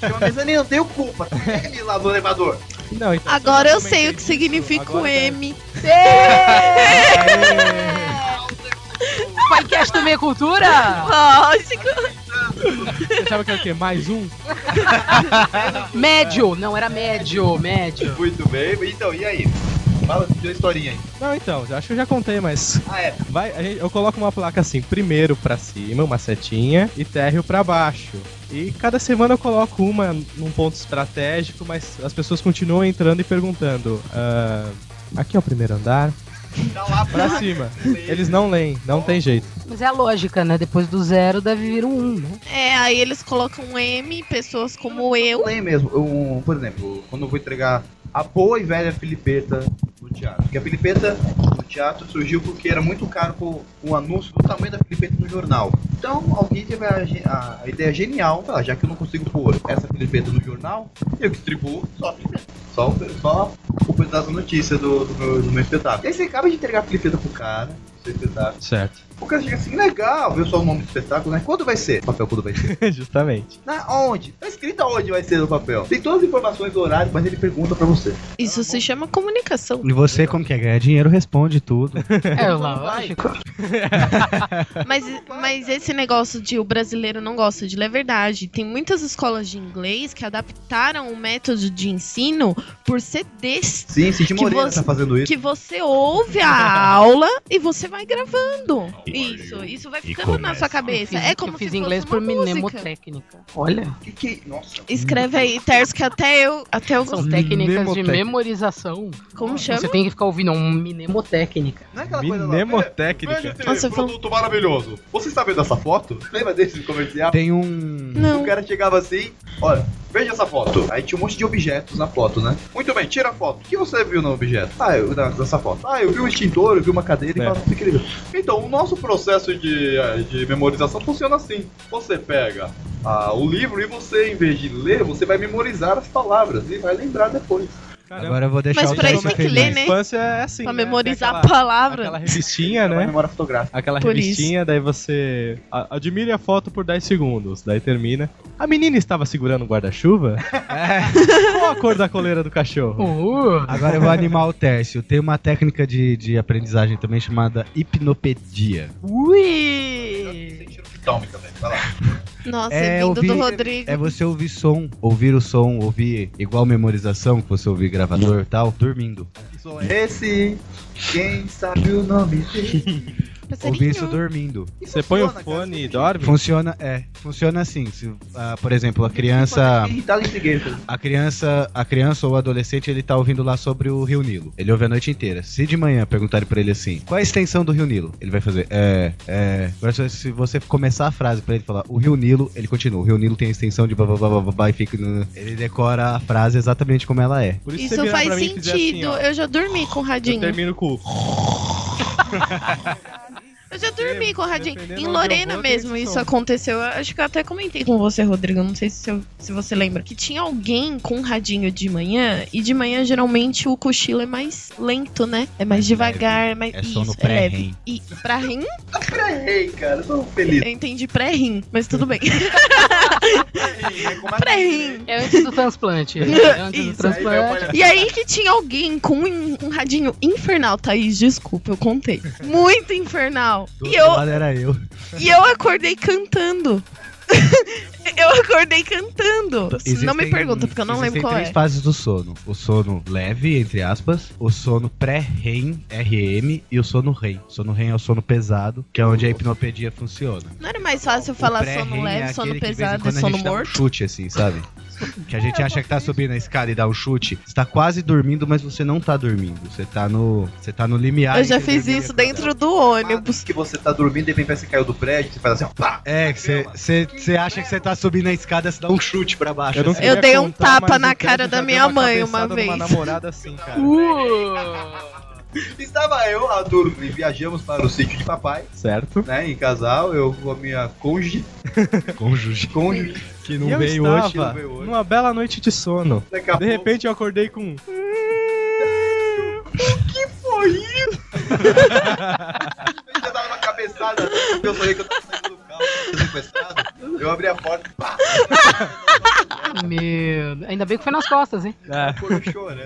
Chama mezanino, tenho culpa. Ele lá no elevador. Não, então, Agora eu comentei sei o que disso. significa o Agora- M. Podcast do Meia Cultura? Lógico. Você achava que era o quê? Mais um? Médio. Não, era médio, médio. Muito bem. Então, e aí? Fala de uma historinha aí. Não, então, já- acho que eu já contei, mas. Ah, é. Vai, a gente- eu coloco uma placa assim, primeiro pra cima, uma setinha, e térreo pra baixo. E cada semana eu coloco uma num ponto estratégico, mas as pessoas continuam entrando e perguntando. "Ah, aqui é o primeiro andar? Tá lá Pra pra cima. Eles não leem, não tem jeito. Mas é a lógica, né? Depois do zero deve vir um 1, né? É, aí eles colocam M, pessoas como eu. Tem mesmo. Um, por exemplo, quando eu vou entregar a boa e velha Filipeta no teatro. Porque a Filipeta no teatro surgiu porque era muito caro com um anúncio do tamanho da Filipeta no jornal. Então alguém teve a, ge- a ideia genial, falar, já que eu não consigo pôr essa Filipeta no jornal, eu distribuo só a Filipeta. Só, o- só o pedaço da notícia do, do, meu, do meu espetáculo. E aí você acaba de entregar a Filipeta pro cara, seu espetáculo. Certo. O cara chega assim, legal, viu só o nome do espetáculo, né? Quando vai ser? O papel quando vai ser? Justamente. Na onde? Tá escrito aonde vai ser no papel. Tem todas as informações do horário, mas ele pergunta pra você. Isso se chama comunicação. E você, como quer ganhar dinheiro, responde tudo. É lógico. Mas, mas esse negócio de o brasileiro não gosta de ler é verdade. Tem muitas escolas de inglês que adaptaram o método de ensino por CDs. Sim, Cid Que Moreira você- tá fazendo isso. Que você ouve a aula e você vai gravando. Isso, isso vai ficando na sua cabeça. Eu fiz- é como eu fiz se fosse inglês uma por música. mnemotécnica. Olha, Que que... Nossa. Escreve aí, Terço, que até eu, até eu são gostei. técnicas de Mnemotécnica. memorização. Como chama? Você tem que ficar ouvindo um mnemotécnica. Não é aquela coisa lá. Mnemotécnica. Nossa, produto maravilhoso. Você está vendo essa foto? Lembra desse comercial? Tem um. O Não. cara chegava assim, olha, veja essa foto. Aí tinha um monte de objetos na foto, né? Muito bem, tira a foto. O que você viu no objeto? Ah, eu na- nessa foto. Ah, eu vi um extintor, eu vi uma cadeira e É. falava, "Nossa, incrível. Então, o nosso processo de, ah, de memorização funciona assim. Você pega ah, o livro e você, em vez de ler, você vai memorizar as palavras e vai lembrar depois. Agora eu vou deixar Mas o pra isso Terça tem que ler, feliz. né? infância é assim. Pra né? memorizar Tem a aquela, palavra. Aquela revistinha, É uma né? memória fotográfica. Aquela Por revistinha, daí você. a- Admire a foto por 10 segundos, daí termina. A menina estava segurando um guarda-chuva? Qual a cor da coleira do Um. cachorro? Uh, Agora eu vou animar o Tércio. Tem uma técnica de, de aprendizagem também chamada hipnopedia. ui! Toma, também. Vai lá. Nossa, É, vindo ouvi- do Rodrigo. É você ouvir som, ouvir o som, ouvir igual memorização que você ouvir gravador e tal, dormindo. Que som é esse? Quem sabe o nome dele? Ouvir Passarinho. isso dormindo. Você põe o Funciona, cara, fone e isso dorme? Funciona, é, funciona assim. Se, ah, por exemplo, a Nossa, criança, fiquei irritado em seguida. a criança, a criança ou o adolescente, ele tá ouvindo lá sobre o Rio Nilo. Ele ouve a noite inteira. Se de manhã perguntarem pra ele assim, qual a extensão do Rio Nilo? Ele vai fazer, é, é. Agora se- se você começar a frase pra ele falar, o Rio Nilo, ele continua. O Rio Nilo tem a extensão de blá blá blá blá, blá, blá e fica. né? Ele decora a frase exatamente como ela é. Por Isso você virar faz pra mim e fizer assim, sentido. ó. eu já dormi com o eu radinho. Eu, termino com. já dormi com o radinho. Dependendo Em onde eu Lorena vou, tem mesmo esse isso som. aconteceu. Eu acho que eu até comentei com você, Rodrigo. eu Não sei se, eu- se você lembra. Que tinha alguém com um radinho de manhã. E de manhã, geralmente, o cochilo é mais lento, né? É mais devagar. É, mais... É sono isso, é leve. pré-REM. E pra rim, Errei, cara. Tô feliz. eu entendi pré-rim, mas tudo bem. Como é que- pré-rim. É antes do transplante. É Aí vai o antes do Isso, transplante. palhaço. E aí que tinha alguém com um, um radinho infernal, Thaís, desculpa, eu contei. Muito infernal. Do é. E outro eu, lado era eu. E eu acordei cantando. eu acordei cantando. não me Existem- pergunta, porque eu não lembro existem qual três é. fases do sono. O sono leve, entre aspas, o sono pré-REM, RM, e o sono REM. O sono REM é o sono pesado, que é onde a hipnopedia funciona. Não era mais fácil eu O falar pré-REM sono leve, é sono aquele que, de vez em pesado e quando, a sono gente dá um morto? chute, assim, sabe? Que a gente acha que tá subindo a escada e dá um chute. Você tá quase dormindo, mas você não tá dormindo. Você tá no, você tá no limiar. eu já entre fiz dormir e isso acordar. dentro do ônibus. que você tá dormindo e de repente você caiu do prédio, você faz assim, ó, pá. É, que você- você você acha que você tá subindo a escada, você dá um chute pra baixo. Eu, não assim. Eu queria dei um contar, tapa mas o na Ted cara já da deu minha mãe cabeçada uma Numa vez. Uh. namorada assim, cara. Estava eu, a Durley, viajamos para o sítio de papai, Certo? né, em casal, eu com a minha cônjuge, É Cônjuge cônjuge, que E não eu veio estava hoje. não veio hoje. numa bela noite de sono. daqui a De repente eu acordei com. um. pouco eu dava uma cabeçada, eu falei que eu tava saindo do carro, tava sequestrado, eu abri a porta, pá, Meu, ainda bem que foi nas costas, hein? Ah, foram chorando.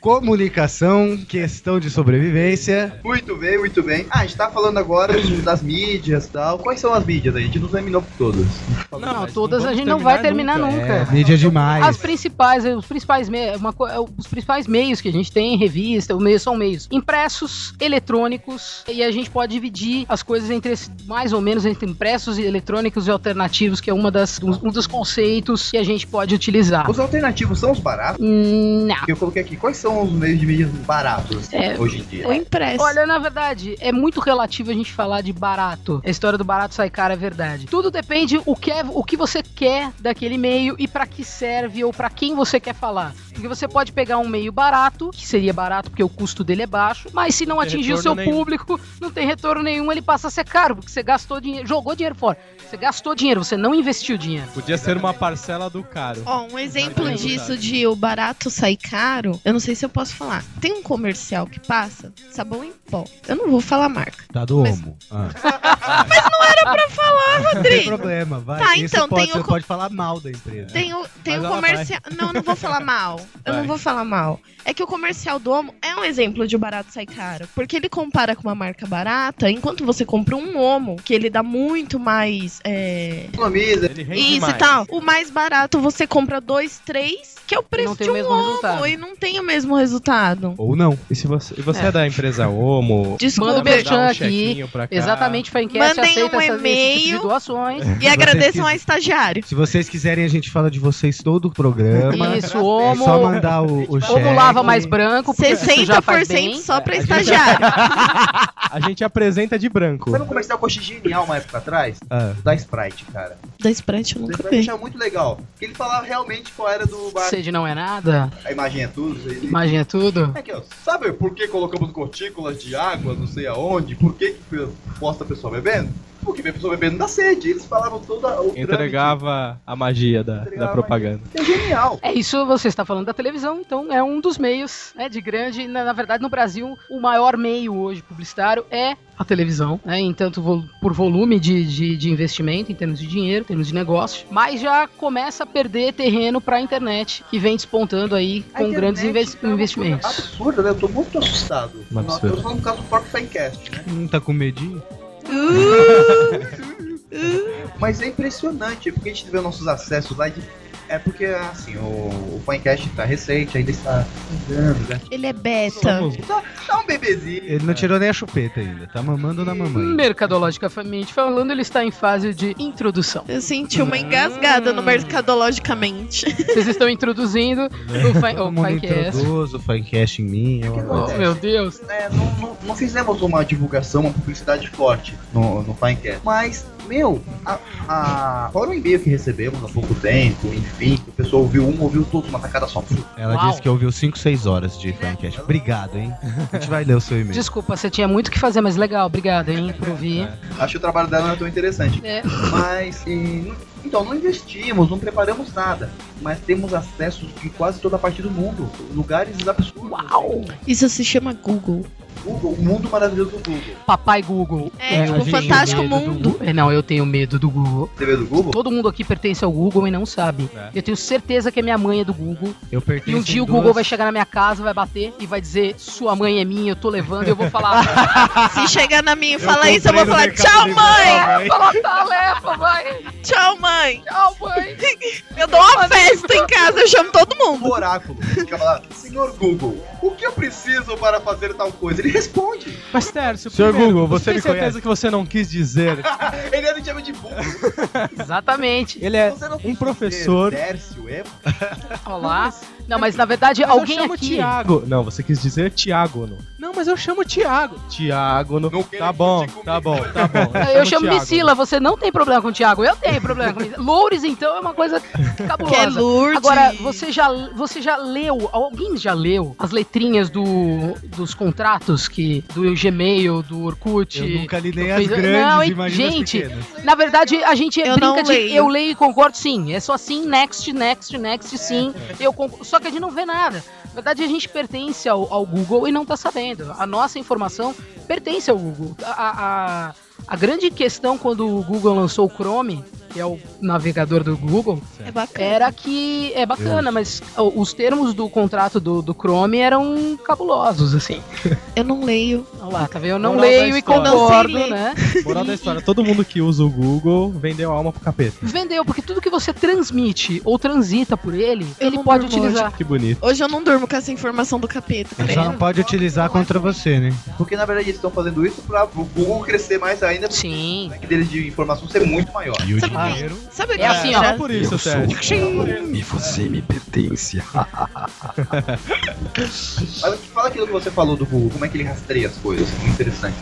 Comunicação, questão de sobrevivência. Muito bem, muito bem. Ah, a gente tá falando agora das mídias e tal, quais são as mídias aí? A gente não terminou por todas. Não, mas todas não a gente vamos não vai terminar terminar É, nunca. mídia demais. As principais, eh, os principais, me- uma co- eh, os principais meios que a gente tem, revista, o meio são meios impressos, eletrônicos, e a gente pode dividir as coisas entre esse- mais ou menos entre impressos e eletrônicos e alternativos, que é uma das, um, um dos conceitos que a gente pode utilizar. Ah. Os alternativos são os baratos? Hum, Não. Eu coloquei aqui, quais são os meios de mídias baratos É, hoje em dia? O impresso. Olha, na verdade, é muito relativo a gente falar de barato. A história do barato sai cara é verdade. Tudo depende o que, é- o que você quer daquele meio e pra que serve ou pra quem você quer falar. Porque você pode pegar um meio barato, que seria barato porque o custo dele é baixo, mas se não tem atingir o seu retorno nenhum. público, não tem retorno nenhum, ele passa a ser caro, porque você gastou dinheiro, jogou dinheiro fora. Você gastou dinheiro, você não investiu dinheiro. podia ser uma parcela do caro. Ó, um exemplo Vai disso perguntar. de o barato sai caro, eu não sei se eu posso falar. Tem um comercial que passa, sabão em pó. Eu não vou falar a marca. Tá do Mas- homo. Ah. Era pra falar, Não tem Rodrigo. problema, vai. Tá, Isso então, pode, tem você o co- pode falar mal da empresa. Tem o, tem Mas o ela comercial. Não, não vou falar mal. Eu Vai. não vou falar mal. É que o comercial do Omo é um exemplo de o barato sai caro. Porque ele compara com uma marca barata, enquanto você compra um Omo, que ele dá muito mais. É... Economiza, Ele rende Isso mais. e tal. O mais barato você compra dois, três, que é o preço não tem de o um mesmo Omo resultado. e não tem o mesmo resultado. Ou não. E se você, e você é. É. da empresa Homo, Desculpa. Manda um beijo. merchan aqui. chequinho pra cá. Exatamente, foi enquete Mandem aceita um essa- esse tipo de e-mail. doações. E agradeçam a estagiário. Se vocês quiserem, a gente fala de vocês todo o programa. Isso, É homo. só mandar o, o cheque. Como lava mais branco, porque isso já faz 60% bem. só pra É, a gente- estagiário. A gente apresenta de branco. Sabe um comercial que eu achei genial uma época atrás? Ah. É. Da Sprite, cara. Da Sprite eu Da nunca Sprite eu vi. achava muito legal. Porque ele falava realmente qual era do bar. Sede não é nada, A imagem é tudo. Ele... imagem é tudo. Aqui, ó. Sabe por que colocamos gotículas de água não sei aonde? Por que que posta a pessoa bebendo? Porque a pessoa bebendo dá sede. Eles falavam toda o Entregava a magia da, da propaganda. trâmite. É genial. É isso, você está falando da televisão, então é um dos meios né, de grande. Na, na verdade, no Brasil, o maior meio hoje publicitário é a televisão, né, em tanto vol- por volume de, de, de investimento, em termos de dinheiro, em termos de negócio, mas já começa a perder terreno para a internet, que vem despontando aí A com internet grandes inves- é uma investimentos. Absurda, né? Eu tô muito assustado. Um Nós absurdo. estamos falando por causa do próprio Finecast, né? Não tá com medinho? Mas é impressionante, porque a gente vê nossos acessos lá de. É porque, assim, o, o Finecast tá recente, ainda está andando, né? Ele é beta. Tá um bebezinho. Ele não tirou nem a chupeta ainda. Tá mamando na mamãe. Mercadologicamente falando, ele está em fase de introdução. Eu senti uma engasgada Hum. no mercadologicamente. Vocês estão introduzindo o, fi- É. Todo o mundo é podcast. introduz o fancast em mim. Eu Oh, meu Deus. né, não, não- não fizemos uma divulgação, uma publicidade forte no, no Pinecast. Mas, meu, a, a, fora o e-mail que recebemos há pouco tempo, enfim, que o pessoal ouviu um, ouviu tudo, uma tacada só. Ela Uau. disse que ouviu 5, 6 horas de fancast. Obrigado, hein? A gente vai ler o seu e-mail. Desculpa, você tinha muito o que fazer, mas legal, obrigado, hein, por ouvir. Acho que o trabalho dela não é tão interessante. É. Mas, e, não- então, não investimos, não preparamos nada. Mas temos acesso de quase toda a parte do mundo. Lugares absurdos. Uau! Isso se chama Google. Google, o mundo maravilhoso do Google. Papai Google. É, Eu tipo, tenho Fantástico medo do Mundo. Gu- É, não, eu tenho medo do Google. TV do Google? Todo mundo aqui pertence ao Google e não sabe. É. Eu tenho certeza que a minha mãe é do Google. E Eu um pertenço dia em o Google duas- vai chegar na minha casa, vai bater e vai dizer: Sua mãe é minha, eu tô levando. E eu vou falar: Se chegar na minha e falar isso, eu vou falar tchau, mãe! "Ah, Fala, tá, leva, vai. Tchau, mãe! Tchau, mãe. Eu dou uma festa em casa, eu chamo todo mundo. O oráculo. Ficava lá, senhor Google, o que eu preciso para fazer tal coisa? Ele responde. Mas, Tércio, Senhor primeiro, Google, você tem me certeza conhece? que você não quis dizer? Ele era chama de burro. então Exatamente. Ele é Você não um quis professor. dizer Tércio, é? Olá. Não, mas na verdade, Mas alguém eu chamo aqui. Tiago. Não, você quis dizer Tiagono. Não, mas eu chamo Tiago. Tiagono. Não Tá bom, tá bom, tá bom. Eu chamo Tiago. Missila, você não tem problema com o Thiago, eu tenho problema com Missila. Loures, então, é uma coisa Que é cabulosa. Lourdes. Agora, você já, você já leu, alguém já leu as letrinhas do, dos contratos que do Gmail, do Orkut? Eu nunca li nem Eu as fiz- grandes, Não, hein, imagina as gente. pequenas. Na verdade, a gente Eu brinca não de leio. eu leio e concordo sim. É só sim, next, next, É, next, sim. Eu concordo. Só que a gente não vê nada. Na verdade, a gente pertence ao, ao Google e não tá sabendo. A nossa informação pertence ao Google. A, a- a, a grande questão quando o Google lançou o Chrome, que é o navegador do Google, É bacana. era que é bacana, mas o- os termos do contrato do, do Chrome eram cabulosos, assim. Eu não leio. Olha lá, tá vendo? Eu não Moral da leio e história. Não concordo, sei ler. né? Moral da história, todo mundo que usa o Google vendeu a alma pro capeta. Vendeu, porque tudo que você transmite ou transita por ele, Eu ele não pode durmo utilizar. Que bonito. Hoje eu não durmo com essa informação do capeta. Ele só não pode utilizar contra você, né? Porque na verdade eles estão fazendo isso para o Google crescer mais ainda. porque Sim. O leque deles de informação ser muito maior. E o Sabe o que- dinheiro. Sabe o que É assim, ó. já- Só por isso, Eu sou Sérgio. e você me pertence. Mas fala aquilo que você falou do Google, como é que ele rastreia as coisas. Muito interessante.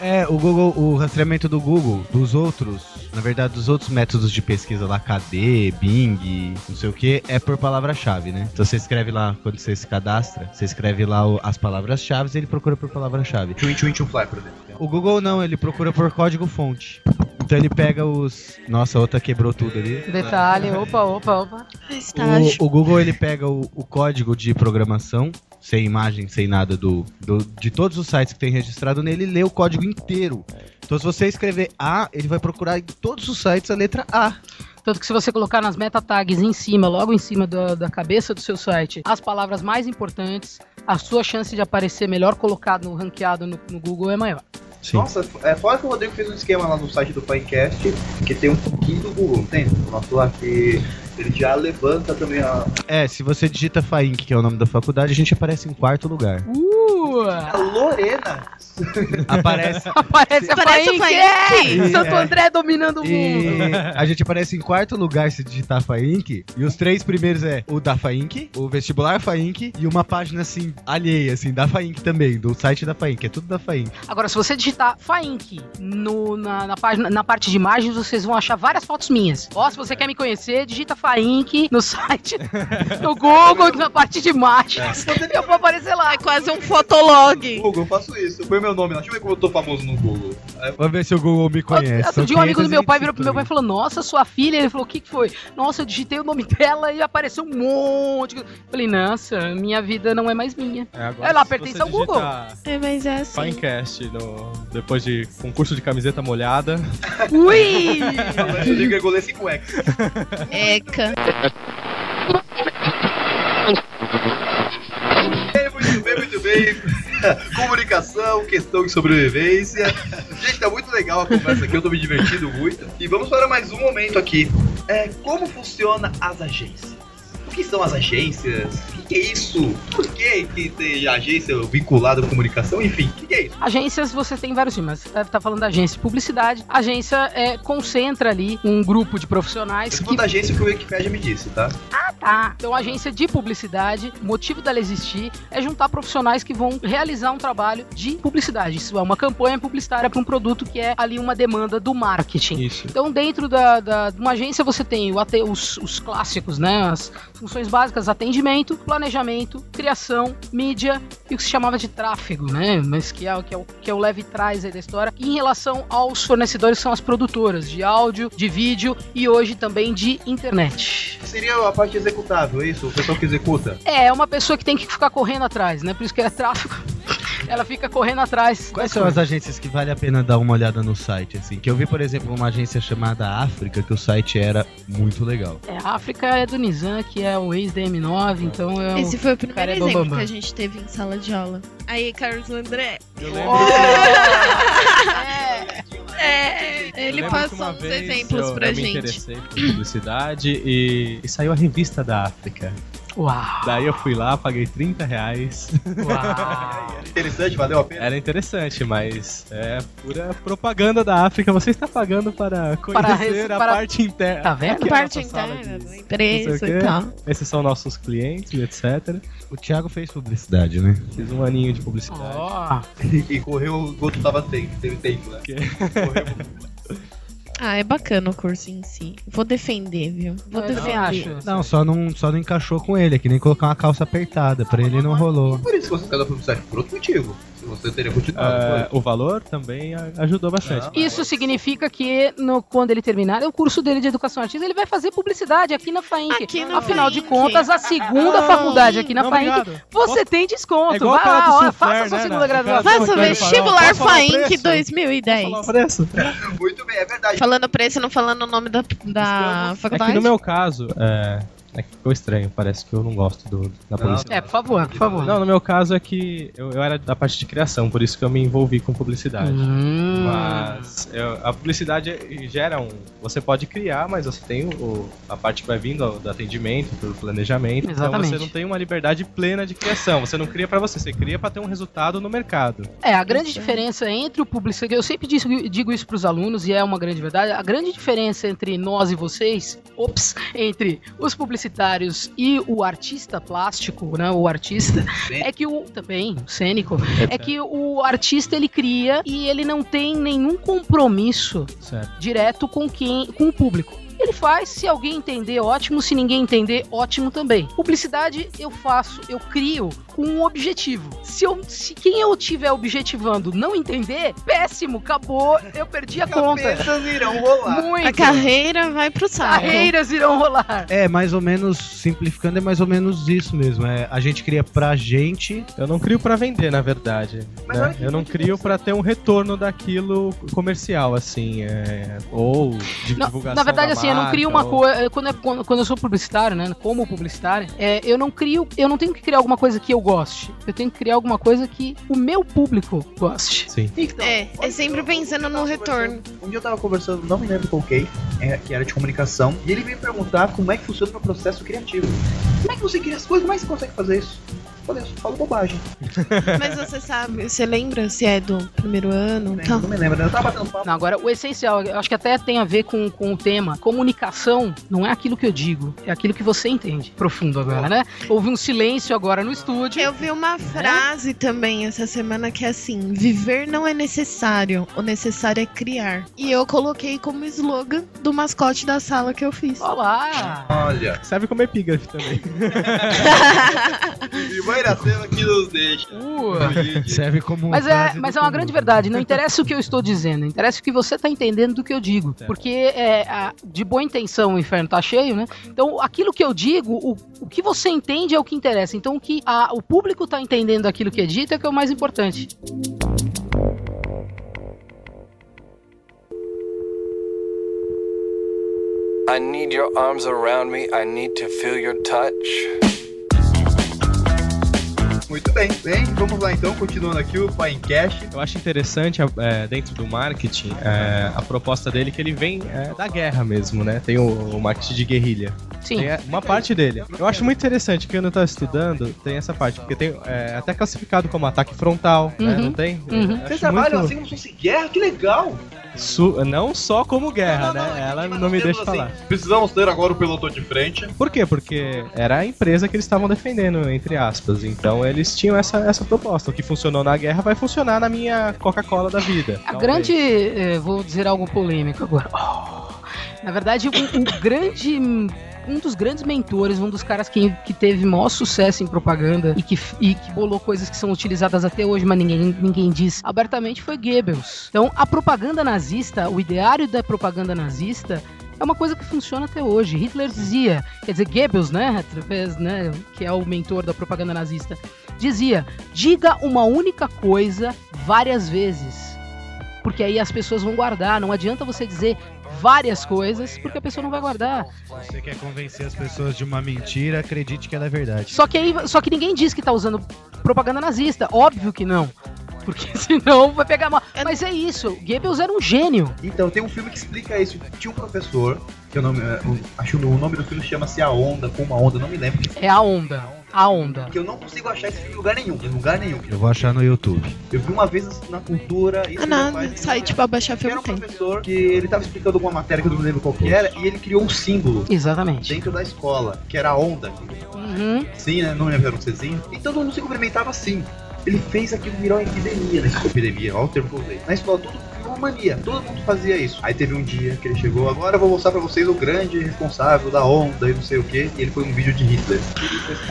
É, o Google, o rastreamento do Google, dos outros, na verdade, dos outros métodos de pesquisa lá, KD, Bing, não sei o que, é por palavra-chave, né? Então você escreve lá, quando você se cadastra, você escreve lá o- as palavras-chave e ele procura por palavra-chave. Twin Twin to Fly, por exemplo. O Google não, ele procura por código-fonte. Então ele pega os. Nossa, a outra quebrou tudo ali. Detalhe, opa, opa, opa. Estágio. O, o Google ele pega o, o código de programação, sem imagem, sem nada do, do- de todos os sites que tem registrado nele, e lê o código inteiro. Então se você escrever A, ele vai procurar em todos os sites a letra A. Tanto que se você colocar nas meta tags em cima, logo em cima da, da cabeça do seu site, as palavras mais importantes, a sua chance de aparecer melhor colocado, no ranqueado no, no Google é maior. Sim. Nossa, é, fora que o Rodrigo fez um esquema lá no site do Pinecast, que tem um pouquinho do Google, não tem? O nosso lá que ele já levanta também a, É, se você digita FAINC, que é o nome da faculdade, a gente aparece em quarto lugar. Uh! a Lorena. Aparece. Aparece a Aparece Paim, a Paim. que é Sim. Santo André dominando o e mundo. a gente aparece em quarto lugar se digitar FAINC. E os três primeiros é o da FAINC, o vestibular FAINC e uma página assim, alheia, assim, da FAINC também, do site da FAINC. É tudo da FAINC. Agora, se você digitar Faink no- na, na página, na parte de imagens, vocês vão achar várias fotos minhas. Ó, se você quer me conhecer, digita Faink no site, no Google, na parte de imagens. Eu vou aparecer lá. É quase um fotolog. Google, eu faço isso. Põe meu nome lá. Deixa eu ver como eu tô famoso no Google. Vamos ver se o Google me conhece. Outro dia um amigo do meu pai virou pro meu tipo pai e falou, nossa, sua filha, ele falou, o que que foi? Nossa, eu digitei o nome dela e apareceu um monte. de coisa." Falei, nossa, minha vida não é mais minha. É, agora, Ela se pertence você ao Google. digitar É, mas é assim. Pinecast no, depois de concurso de camiseta molhada. Ui! Mas eu digo que é goleiro 5x. Eca. Bem, Muito bem, muito bem. Comunicação, questão de sobrevivência. Gente, tá muito legal a conversa aqui, eu tô me divertindo muito. E vamos para mais um momento aqui. É, como funciona as agências? O que são as agências? O que que é isso? Por que, que tem agência vinculada à comunicação? Enfim, o que, que é isso? Agências, você tem vários tipos, mas você deve estar falando da agência de publicidade. A agência é, concentra ali um grupo de profissionais Esse que foi da agência que o Wikipedia me disse, tá? tá. Então, a agência de publicidade, o motivo dela existir é juntar profissionais que vão realizar um trabalho de publicidade. Isso é uma campanha publicitária para um produto que é ali uma demanda do marketing. Isso. Então, dentro da, da- de uma agência, você tem o ate- os, os clássicos, né? As funções básicas: atendimento, planejamento, criação, mídia e o que se chamava de tráfego, né? Mas que é, o- que é, o- que é o leve trás aí da história. E em relação aos fornecedores, são as produtoras de áudio, de vídeo e hoje também de internet. Seria a parte executável, é isso? O pessoal que executa. É, é uma pessoa que tem que ficar correndo atrás, né? Por isso que é tráfego. Ela fica correndo atrás. Quais das são as coisas. agências que vale a pena dar uma olhada no site, assim? Que eu vi, por exemplo, uma agência chamada África, que o site era muito legal. É, a África é do Nizam, que é o ex da M9, então é. Esse foi o cara primeiro é exemplo bambambam. que a gente teve em sala de aula. Aí, Carlos André. Eu É, ele lembro que passou uma uns vez exemplos eu, pra eu me gente. interessei por publicidade e, e saiu a revista da África. Uau! Daí eu fui lá, paguei 30 reais. Uau! Interessante, valeu a pena. Era interessante, mas é pura propaganda da África. Você está pagando para conhecer Para- a para- parte interna. Tá vendo? Aqui é a Parte nossa sala interna de- da imprensa não sei o e quê. tal. Esses são nossos clientes, etc. O Thiago fez publicidade, né? Fiz um aninho de publicidade. Ó, E correu o goto tava tempo, teve tempo, né? Que- Correu. Ah, é bacana o curso em si. Vou defender, viu? Vou eu defender. também acho. Não, só não, só não encaixou com ele, é que nem colocar uma calça apertada, pra ele não rolou. Por isso que você saiu da publicidade, por outro motivo. Se você teria continuado, foi. Ah, o valor também a- ajudou bastante. Isso significa que no- quando ele terminar o curso dele de educação artística, ele vai fazer publicidade aqui na FAINC. Aqui Ah. na Afinal de FAINC. contas, a segunda Não, faculdade aqui na Não, FAINC, obrigado. você tem É desconto. igual Vai aquela do lá, ó, Sulfer, faça sua né, segunda na- graduação. Faça Faça Não, não, o não, vestibular posso falar o FAINC preço? Posso 2010. falar o preço? Muito bem, é verdade. Falando preço, não falando o nome da, da É faculdade. que no meu caso, é, é que ficou estranho, parece que eu não gosto do, da publicidade. É, por favor, por favor. Não, no meu caso é que eu, eu era da parte de criação, por isso que eu me envolvi com publicidade. Hum. Mas eu- a publicidade gera um. Você pode criar, mas você tem o, a parte que vai vindo do atendimento, do planejamento. Exatamente. Então você não tem uma liberdade plena de criação. Você não cria pra você, você cria pra ter um resultado no mercado. É, a grande diferença entre o publicitário, eu sempre dis- digo isso para os alunos e é uma grande verdade, a grande diferença entre nós e vocês, ops, entre os publicitários e o artista plástico, né, o artista, é que o também, o cênico, é que o artista ele cria e ele não tem nenhum compromisso Certo. direto com quem, com o público. Ele faz, se alguém entender, ótimo, se ninguém entender, ótimo também. Publicidade eu faço, eu crio com um objetivo. Se, eu, se quem eu tiver objetivando não entender, péssimo, acabou, eu perdi a conta. Cabeças irão rolar. A Muito. carreira vai pro saco. Carreiras irão rolar. É, mais ou menos, simplificando, é mais ou menos isso mesmo. É, a gente cria pra gente. Eu não crio pra vender, na verdade. Mas né? olha que Eu não crio pra ter um retorno daquilo comercial, assim. é, ou de Não, divulgação. na verdade, da assim, eu não marca, crio uma ou- coisa. Quando, é- quando, quando eu sou publicitário, né? Como publicitário, é, eu não crio. Eu não tenho que criar alguma coisa que eu goste. Eu tenho que criar alguma coisa que o meu público goste. Sim. Então, É, é sempre pensando no retorno. Um dia eu tava conversando, não me lembro com quem, é, que era de comunicação, e ele veio perguntar como é que funciona o meu processo criativo. Como é que você cria as coisas? Como é que você consegue fazer isso? Falei, eu só falo bobagem. Mas você sabe, você lembra se é do primeiro ano? Né? Tá. Não me lembro, né? Eu tava batendo papo. Não, agora, o essencial, eu acho que até tem a ver com, com o tema. Comunicação não é aquilo que eu digo, é aquilo que você entende. Profundo agora, né? Houve um silêncio agora no estúdio. Tipo, Eu vi né? uma frase também essa semana que é assim: viver não é necessário, o necessário é criar. E eu coloquei como slogan do mascote da sala que eu fiz. Olá! Olha, Ah, Serve como epígrafe também. e Iracema que nos deixa. Uh. Serve como Mas é, frase mas do é uma comum. grande verdade. Não interessa o que eu estou dizendo, interessa o que você tá entendendo do que eu digo. Porque é, a- de boa intenção o inferno tá cheio, né? Então, aquilo que eu digo, o, o que você entende é o que interessa. Então, o que a- o público tá entendendo aquilo que é dito é que é o mais importante. I need your arms around me. I need to feel your touch. Muito bem, bem, vamos lá então, continuando aqui o Pinecast. Eu acho interessante, é, dentro do marketing, é, a proposta dele que ele vem é, da guerra mesmo, né? Tem o, o marketing de guerrilha. Sim. Tem a- uma parte dele. Eu acho muito interessante que eu não tava estudando, tem essa parte, porque tem é, até classificado como ataque frontal, né? Uhum. Não tem? Uhum. Eu acho Vocês trabalham muito assim como se fosse guerra? Que legal! su- não só como guerra, Não, é não, não, né? entendi, Ela mas não me nós deixa temos falar. assim, Precisamos ter agora o pelotão de frente. Por quê? Porque era a empresa que eles estavam defendendo, entre aspas. Então eles tinham essa, essa proposta. O que funcionou na guerra vai funcionar na minha Coca-Cola da vida. A Talvez. grande. eh, vou dizer algo polêmico agora. Oh. Na verdade, o, o grande. Um dos grandes mentores, um dos caras que, que teve maior sucesso em propaganda e que, e que bolou coisas que são utilizadas até hoje, mas ninguém, ninguém diz abertamente, foi Goebbels. Então, a propaganda nazista, o ideário da propaganda nazista, é uma coisa que funciona até hoje. Hitler dizia, quer dizer, Goebbels, né, através, né, que é o mentor da propaganda nazista, dizia: diga uma única coisa várias vezes porque aí as pessoas vão guardar. Não adianta você dizer várias coisas, porque a pessoa não vai guardar. Você quer convencer as pessoas de uma mentira, acredite que ela é verdade. Só que aí, só que ninguém diz que tá usando propaganda nazista. Óbvio que não. Porque senão vai pegar mal. Mas é isso, Goebbels era um gênio. Então, tem um filme que explica isso. Tinha um professor, que eu não me- eu acho que o nome do filme chama-se A Onda, com uma onda, não me lembro. É a onda. A onda. Que eu não consigo achar esse filme em lugar nenhum. Em lugar nenhum. Eu vou achar no YouTube. Eu vi uma vez assim, na cultura. Isso Ah, meu não, pai me é site lembrava. pra baixar Era filme um tem. professor que ele tava explicando alguma matéria que eu não me lembro qual que era, e ele criou um símbolo Exatamente. dentro da escola, que era a onda. Uhum. Sim, né? Não lembro, era um Czinho. E todo mundo se cumprimentava assim. Ele fez aquilo virar uma epidemia na escola. Epidemia, olha o termo que eu usei. Na escola, tudo virou uma mania. Todo mundo fazia isso. Aí teve um dia que ele chegou, agora eu vou mostrar pra vocês o grande responsável da onda e não sei o que. E ele foi um vídeo de Hitler.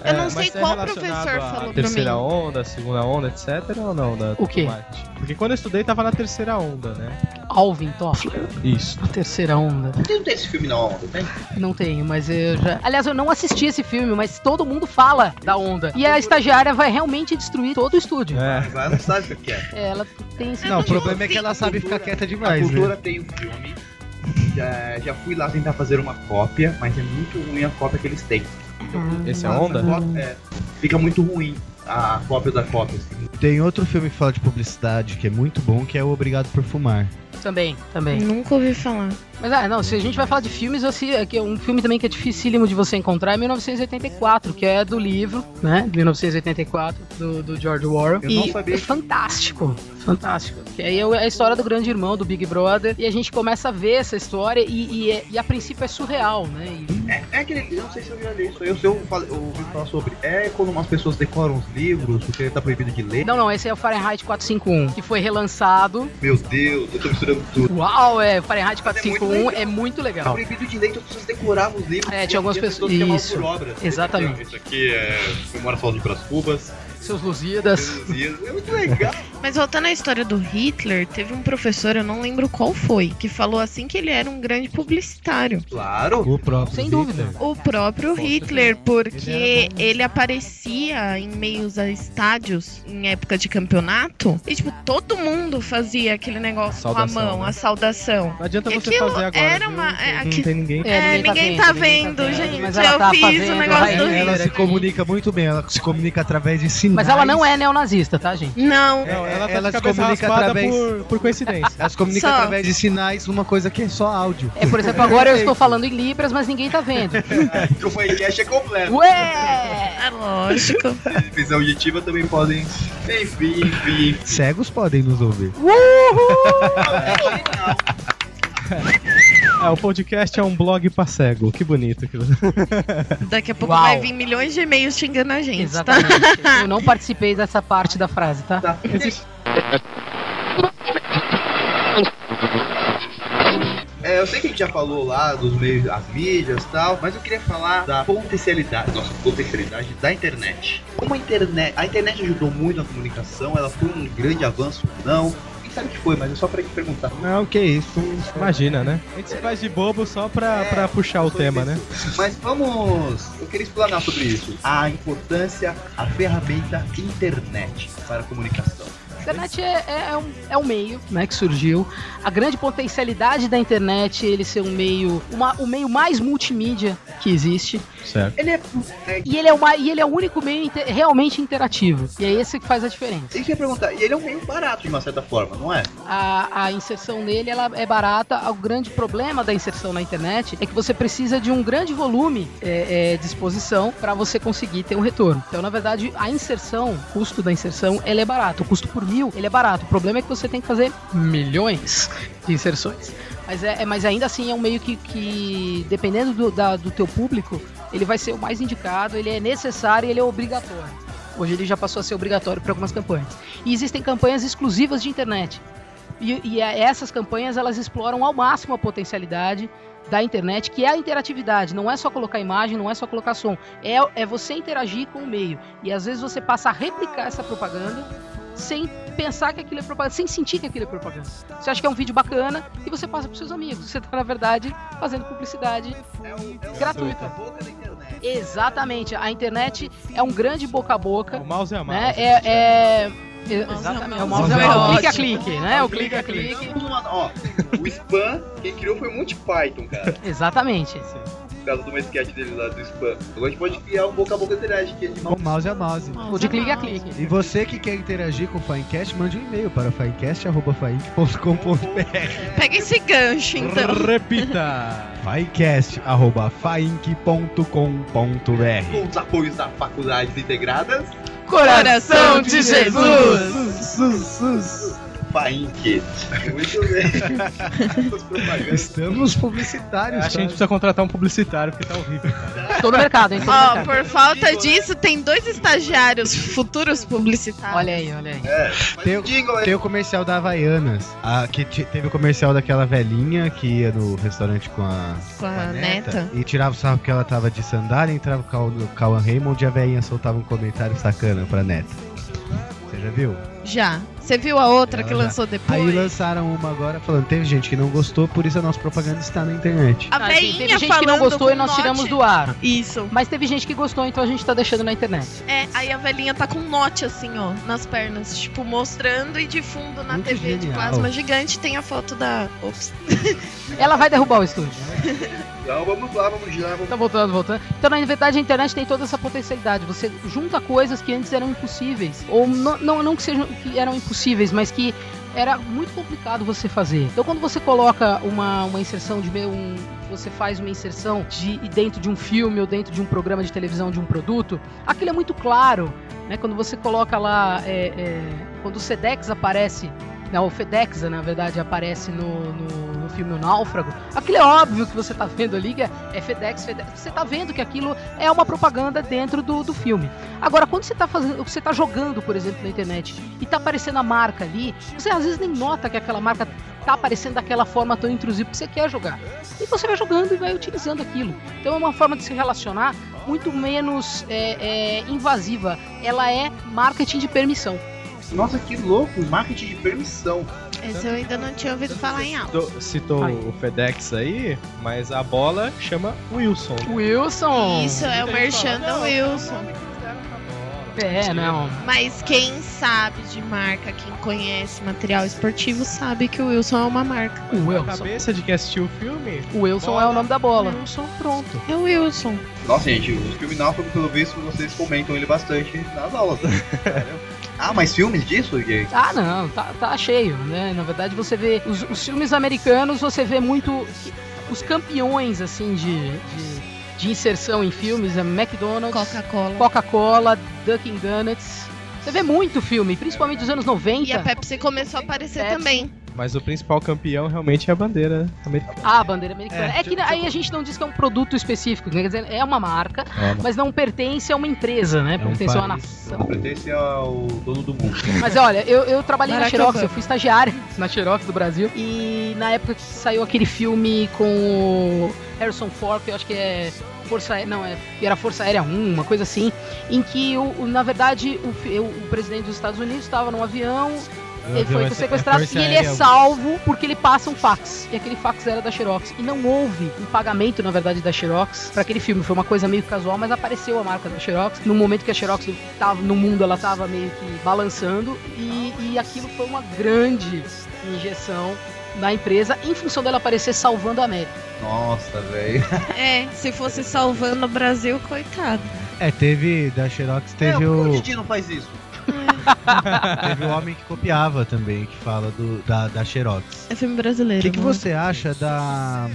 Eu não mas sei isso é qual relacionado professor à falou pra Terceira mim. onda, a segunda onda, etc. ou não? Da, O quê? do marketing? Porque quando eu estudei tava na terceira onda, né? Alvin Toffler, Isso. a terceira onda. Não tem esse filme na onda, tem? Não tenho, mas eu já. Aliás, eu não assisti esse filme, mas todo mundo fala da onda. E a estagiária vai realmente destruir todo o estúdio. É. Mas ela não sabe o que é. É, Ela tem esse Não, o não problema é que vi. ela sabe ficar quieta A demais, né? cultura tem um filme. Já, já fui lá tentar fazer uma cópia, mas é muito ruim a cópia que eles têm. Então, Ah, Esse é A- a onda? cópia- é, fica muito ruim a cópia da cópia. assim. Tem outro filme que fala de publicidade que é muito bom, que é o Obrigado por Fumar. Também, também. Nunca ouvi falar. Mas ah, não, se a gente vai falar de filmes, eu sei- é que um filme também que é dificílimo de você encontrar é 1984, que é do livro, né? 1984, do, do George Orwell. Eu e não sabia é fantástico, fantástico. Que aí é a história do grande irmão, do Big Brother, e a gente começa a ver essa história e, e é- e a princípio é surreal, né? E- É aquele, eu não sei se eu já li isso, eu, se eu, fal- eu ouvi falar sobre. É quando as pessoas decoram os livros porque tá proibido de ler. Não, não, esse é o Fahrenheit 451, que foi relançado. Meu Deus, eu tô misturando tudo. Uau, é, Fahrenheit Mas é muito 451 legal. é muito Tá legal. proibido de ler, então as pessoas decoravam os livros. É, e tinha algumas as pessoas- chamavam isso. por obras. Exatamente. Isso aqui é Memória Sol de Pras Cubas. Seus Luzidas. É muito legal. Mas voltando à história do Hitler, teve um professor, eu não lembro qual foi, que falou assim que ele era um grande publicitário. claro. O próprio. Sem Hitler. dúvida. O próprio Hitler, porque ele aparecia em meios a estádios em época de campeonato e, tipo, todo mundo fazia aquele negócio A com a saudação, mão, né? a saudação. Não Então adianta É você que eu- fazer agora. era viu? uma- Uhum. é, Não aqui- tem ninguém. É, ninguém tá vendo, gente. Eu tá fiz o negócio vai do ver. Ela se comunica muito bem, ela se comunica através de sinais. Mas ela não é neonazista, tá, gente? Não, Não, É, ela tá ela de se cabeça comunica raspada através- por, por coincidência. Ela se comunica Só. através de sinais, uma coisa que é só áudio. É, por exemplo, agora eu estou falando em Libras, mas ninguém tá vendo. O podcast é completo. Ué! é lógico. Visão auditiva também podem. Enfim, enfim. Cegos podem nos ouvir. É, o podcast é um blog pra cego. Que bonito. Que... Daqui a pouco Uau. vai vir milhões de e-mails xingando a gente, tá? Exatamente. Eu não participei dessa parte da frase, tá? Tá. É, Eu sei que a gente já falou lá dos meios, as mídias e tal, mas eu queria falar da potencialidade, nossa, potencialidade da internet. Como a internet, a internet ajudou muito na comunicação, ela foi um grande avanço ou não? Quem sabe que foi, mas é só pra te perguntar. Não, que isso. Imagina, né? A gente se faz de bobo só pra, É, pra puxar o foi tema, isso. né? Mas vamos, eu queria explanar sobre isso. A importância, a ferramenta internet para a comunicação. A internet é, é- é um, é um meio né, que surgiu. A grande potencialidade da internet é ele ser um meio, uma- o meio mais multimídia que existe. Certo. Ele é, é E ele é, uma, e ele é o único meio inte- realmente interativo. E é esse que faz a diferença. Isso que eu ia perguntar, e ele é um meio barato de uma certa forma, não é? a, a inserção nele ela é barata. O grande problema da inserção na internet é que você precisa de um grande volume é, é, de exposição para você conseguir ter um retorno. Então, na verdade, a inserção, o custo da inserção, ele é barato. O custo por mil, ele é barato. O problema é que você tem que fazer milhões de inserções. Mas, é, é- mas ainda assim é um meio que, que dependendo do, da- do teu público, ele vai ser o mais indicado, ele é necessário e ele é obrigatório. Hoje ele já passou a ser obrigatório para algumas campanhas. E existem campanhas exclusivas de internet. E, e a- essas campanhas elas exploram ao máximo a potencialidade da internet, que é a interatividade. Não é só colocar imagem, não é só colocar som. É, é você interagir com o meio. E às vezes você passa a replicar essa propaganda sem pensar que aquilo é propaganda, sem sentir que aquilo é propaganda. Você acha que é um vídeo bacana e você passa para seus amigos. Você está na verdade, fazendo publicidade É um, é Gratuita. boca da internet. Exatamente. A internet é um grande boca a boca, O mouse é a mouse. né? É, é- mouse. Exatamente. É o mouse é É o clique a ótimo. clique, né? O clique a clique. Tudo uma- Ó, o spam, quem criou foi o Monty Python, cara. Exatamente. Por causa de uma sketch dele lá do spam. Agora a gente pode criar um boca a boca da internet, que é de mal. O mouse é a mouse. O de clique a clique. E você que quer interagir com o Finecast, mande um e-mail para fainc.com.br. Pega esse gancho, então. Tá Repita! Finecast.fainc.com.br. Com os apoios da faculdades integradas, Coração de Jesus! Faink. Muito bem. Essas propagandas. Estamos publicitários. Acho que a gente tá? precisa contratar um publicitário, porque tá horrível. Tô no mercado, hein? Tô no Ó, mercado. por falta disso, tem dois estagiários futuros publicitários. Olha aí, olha aí. Mas Tem- o jingle é Tem o comercial da Havaianas, a- que te- teve o comercial daquela velhinha que ia no restaurante com a, Com a neta. e tirava o sarro que ela tava de sandália, entrava o Cal- o Cauan Raymond e a velhinha soltava um comentário sacana pra neta. Você já viu? Já. Você viu a outra Ela que É, já. lançou Aí depois? lançaram uma agora falando, teve gente que não gostou, por isso a nossa propaganda está na internet. A Ah, assim, velhinha teve gente falando que não gostou com e nós note. tiramos do ar. Isso. Mas teve gente que gostou, então a gente tá deixando na internet. É, aí a velhinha tá com um note assim, ó, nas pernas, tipo, mostrando e de fundo na Muito TV de genial. plasma gigante tem a foto da. Ops. Ela vai derrubar o estúdio. Então vamos lá, vamos lá, vamos Tá voltando, voltando. Então, na verdade, a internet tem toda essa potencialidade. Você junta coisas que antes eram impossíveis. Ou não, não, não que sejam que eram impossíveis, mas que era muito complicado você fazer. Então, quando você coloca uma, uma inserção de meio- um, você faz uma inserção de dentro de um filme ou dentro de um programa de televisão de um produto, aquilo é muito claro, né? Quando você coloca lá, é, é, quando o Sedex aparece, não, o Fedex, na verdade, aparece no, no, no filme O Náufrago, aquilo é óbvio que você tá vendo ali, que é é FedEx, FedEx. Você tá vendo que aquilo é uma propaganda dentro do, do filme. Agora, quando você tá fazendo, você tá jogando, por exemplo, na internet e tá aparecendo a marca ali, você às vezes nem nota que aquela marca tá aparecendo daquela forma tão intrusiva que você quer jogar. E você vai jogando e vai utilizando aquilo. Então é uma forma de se relacionar muito menos é, é, invasiva. Ela é marketing de permissão. Nossa, que louco, marketing de permissão. Essa eu ainda não tinha ouvido falar em alto. Citou, citou Ai. o FedEx aí, mas a bola chama Wilson. Wilson! Isso é o Muita gente merchan da fala, "Não, Wilson. É, não. Mas quem sabe de marca, quem conhece material esportivo, sabe que o Wilson é uma marca. O Na Wilson. cabeça de quem assistiu o filme, O Wilson é o nome da bola. Wilson, pronto. É o Wilson. Nossa, gente, o filme Náufrago, pelo visto, vocês comentam ele bastante nas aulas. né? Caramba. ah, mas filmes disso, gente? Ah, não, tá, tá cheio, né? Na verdade, você vê os, os filmes americanos, você vê muito os campeões, assim, de, de, de inserção em filmes, é McDonald's, Coca-Cola. Coca-Cola, Dunkin' Donuts. Você vê muito filme, principalmente dos anos 90. E a Pepsi começou a aparecer Pepsi. também. Mas o principal campeão realmente é a bandeira americana. Ah, a bandeira americana. É, É, que tipo- aí a gente não diz que é um produto específico, quer dizer, é uma marca, mas não pertence a uma empresa, né? um pertence a uma país. nação. Pertence ao dono do mundo. Mas olha, eu, eu trabalhei na Maracanã. Xerox, eu fui estagiário na Xerox do Brasil. E na época que saiu aquele filme com o Harrison Ford, eu acho que é. Força Aérea, não, é, era Força Aérea 1, uma coisa assim, em que, o, o- na verdade, o, fi- o- o presidente dos Estados Unidos estava num avião, ele foi sequestrado e ele é salvo porque ele passa um fax. E aquele fax era da Xerox. E não houve um pagamento, na verdade, da Xerox pra aquele filme. Foi uma coisa meio casual, mas apareceu a marca da Xerox. No momento que a Xerox tava no mundo, ela tava meio que balançando. E, e aquilo foi uma grande injeção na empresa em função dela aparecer salvando a América. Nossa, velho. É, se fosse salvando o Brasil, coitado. É, teve. Da Xerox teve é, por que o. Didi não faz isso? Teve o homem que copiava também, que fala do, da, da Xerox. É filme O brasileiro. que, que mano. você acha da.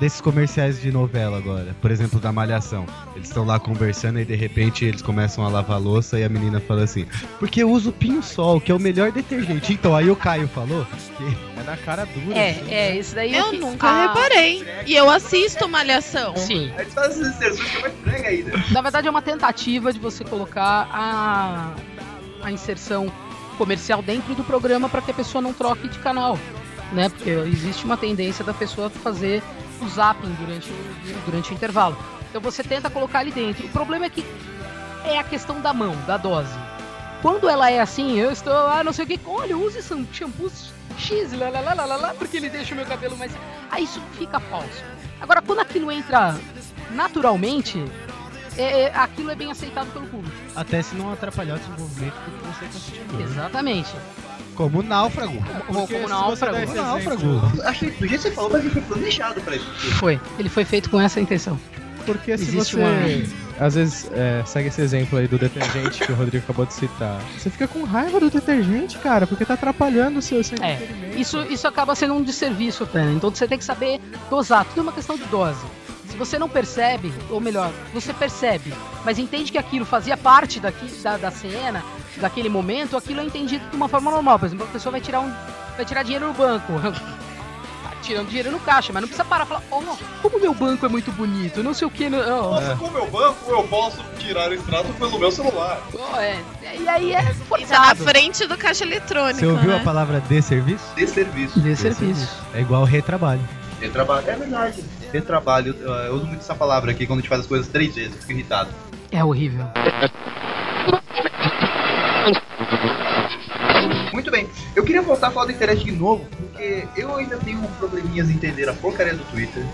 Desses comerciais de novela agora, por exemplo, da Malhação. Eles estão lá conversando e de repente eles começam a lavar a louça e a menina fala assim: Porque eu uso Pinho Sol, que é o melhor detergente. Então, aí o Caio falou que É da cara dura. assim. É, é, isso daí. é Eu que- nunca Ah, reparei. E eu assisto Malhação. Sim. Aí eles fazem essas inserções que é mais estranha ainda. Na verdade, é uma tentativa de você colocar a, a inserção comercial dentro do programa para que a pessoa não troque de canal, né? Porque existe uma tendência da pessoa fazer o zapping durante, o- durante o intervalo. Então você tenta colocar ali dentro. O problema é que é a questão da mão, da dose. Quando ela é assim, eu estou, ah, não sei o que, olha, use sam- shampoo X, lá, lá, lá, lá, lá, lá, porque ele deixa o meu cabelo mais. Aí isso fica falso. Agora, quando aquilo entra naturalmente, é, é, aquilo é bem aceitado pelo público. até se não atrapalhar o desenvolvimento do que você está assistindo. Exatamente. Como náufrago. Ou Porque se como náufrago. você der esse Como náufrago. exemplo- Acho que do jeito que você falou, mas ele foi planejado pra isso. Foi. Ele foi feito com essa intenção. Porque se Existe você. Às vezes, é, segue esse exemplo aí do detergente que o Rodrigo acabou de citar. Você fica com raiva do detergente, cara, porque tá atrapalhando o seu, seu É, entretenimento. Isso, isso acaba sendo um desserviço até. né? Então você tem que saber dosar. Tudo é uma questão de dose. Se você não percebe, ou melhor, você percebe, mas entende que aquilo fazia parte daqui, da, da cena, daquele momento, aquilo é entendido de uma forma normal. Por exemplo, a pessoa vai tirar, um, vai tirar dinheiro no banco. Tá tirando dinheiro no caixa, mas não precisa parar e falar, ó, como meu banco é muito bonito, não sei o né?" que. Não, Nossa, com o meu banco eu posso tirar o extrato pelo meu celular. ó, é, e aí é Isso é na forçado. frente do caixa eletrônico, Você ouviu a né? palavra desserviço? De serviço. Desserviço. É igual retrabalho. Retrabalho. É verdade. Retrabalho. Eu, eu uso muito essa palavra aqui quando a gente faz as coisas três vezes, eu fico irritado. É horrível. Muito bem. Eu queria voltar a falar da internet de novo, porque eu ainda tenho um probleminhas em entender a porcaria do Twitter.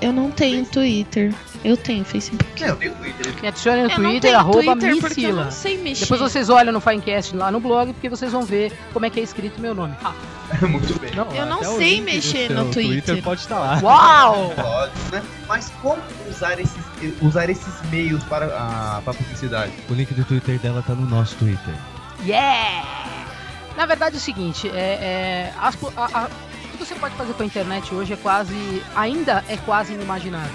Eu não tenho Twitter. Eu tenho Facebook. É, eu tenho Twitter. Me adicione no eu É, não Twitter, tenho arroba Twitter porque eu Missila. não sei mexer. Depois vocês olham no Finecast lá no blog, porque vocês vão ver como é que é escrito meu nome. Ah, muito bem. Eu não até o sei link do mexer seu no Twitter. pode estar lá. uau! Pode, né? Mas como usar esses, usar esses meios para, ah, para publicidade? O link do Twitter dela tá no nosso Twitter. Yeah! Na verdade é o seguinte, é, é, as po- a- a- o que você pode fazer com a internet hoje é quase, ainda é quase inimaginável.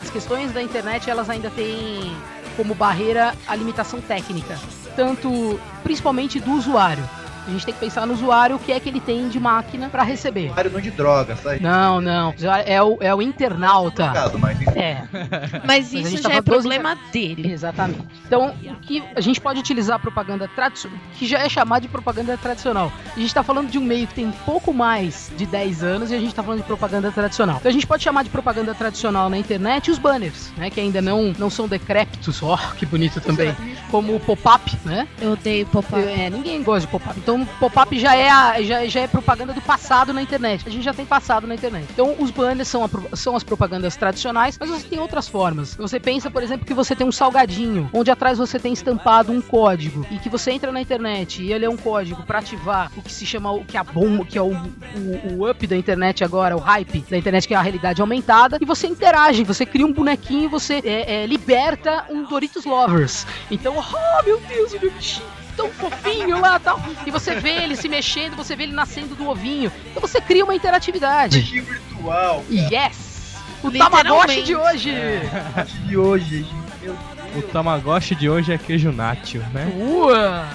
As questões da internet elas ainda têm como barreira a limitação técnica, tanto principalmente do usuário. A gente tem que pensar no usuário o que é que ele tem de máquina para receber. Área não de droga, sabe? Não, não, é o, é o internauta. Mercado, mas enfim. É, Mas Mas a isso gente já é tava 12 problema dele. Exatamente. Então, o que a gente pode utilizar a propaganda tradicional, que já é chamada de propaganda tradicional. A gente está falando de um meio que tem pouco mais de 10 anos e a gente está falando de propaganda tradicional. Então a gente pode chamar de propaganda tradicional na internet os banners, né? Que ainda não, não são decrépitos, ó, que bonito também. Como o pop-up, né? Eu odeio pop-up. É, ninguém gosta de pop-up. Então, pop-up já é, a- já, já é propaganda do passado na internet. A gente já tem passado na internet. Então, os banners são, a pro- são as propagandas tradicionais, mas você tem outras formas. Você pensa, por exemplo, que você tem um salgadinho, onde atrás você tem estampado um código, e que você entra na internet e ele é um código pra ativar o que se chama, o que é a bomba, que é o, o, o up da internet agora, o hype da internet, que é a realidade aumentada, e você interage, você cria um bonequinho e você é, é, liberta um Doritos Lovers. Então, oh meu Deus, meu bichinho tão fofinho lá tal. E você vê ele se mexendo, você vê ele nascendo do ovinho. Então você cria uma interatividade. Bichinho virtual. Yes! O Tamagotchi Literalmente. de hoje! de hoje, gente. O Tamagotchi de hoje é queijo nacho, né? Ua!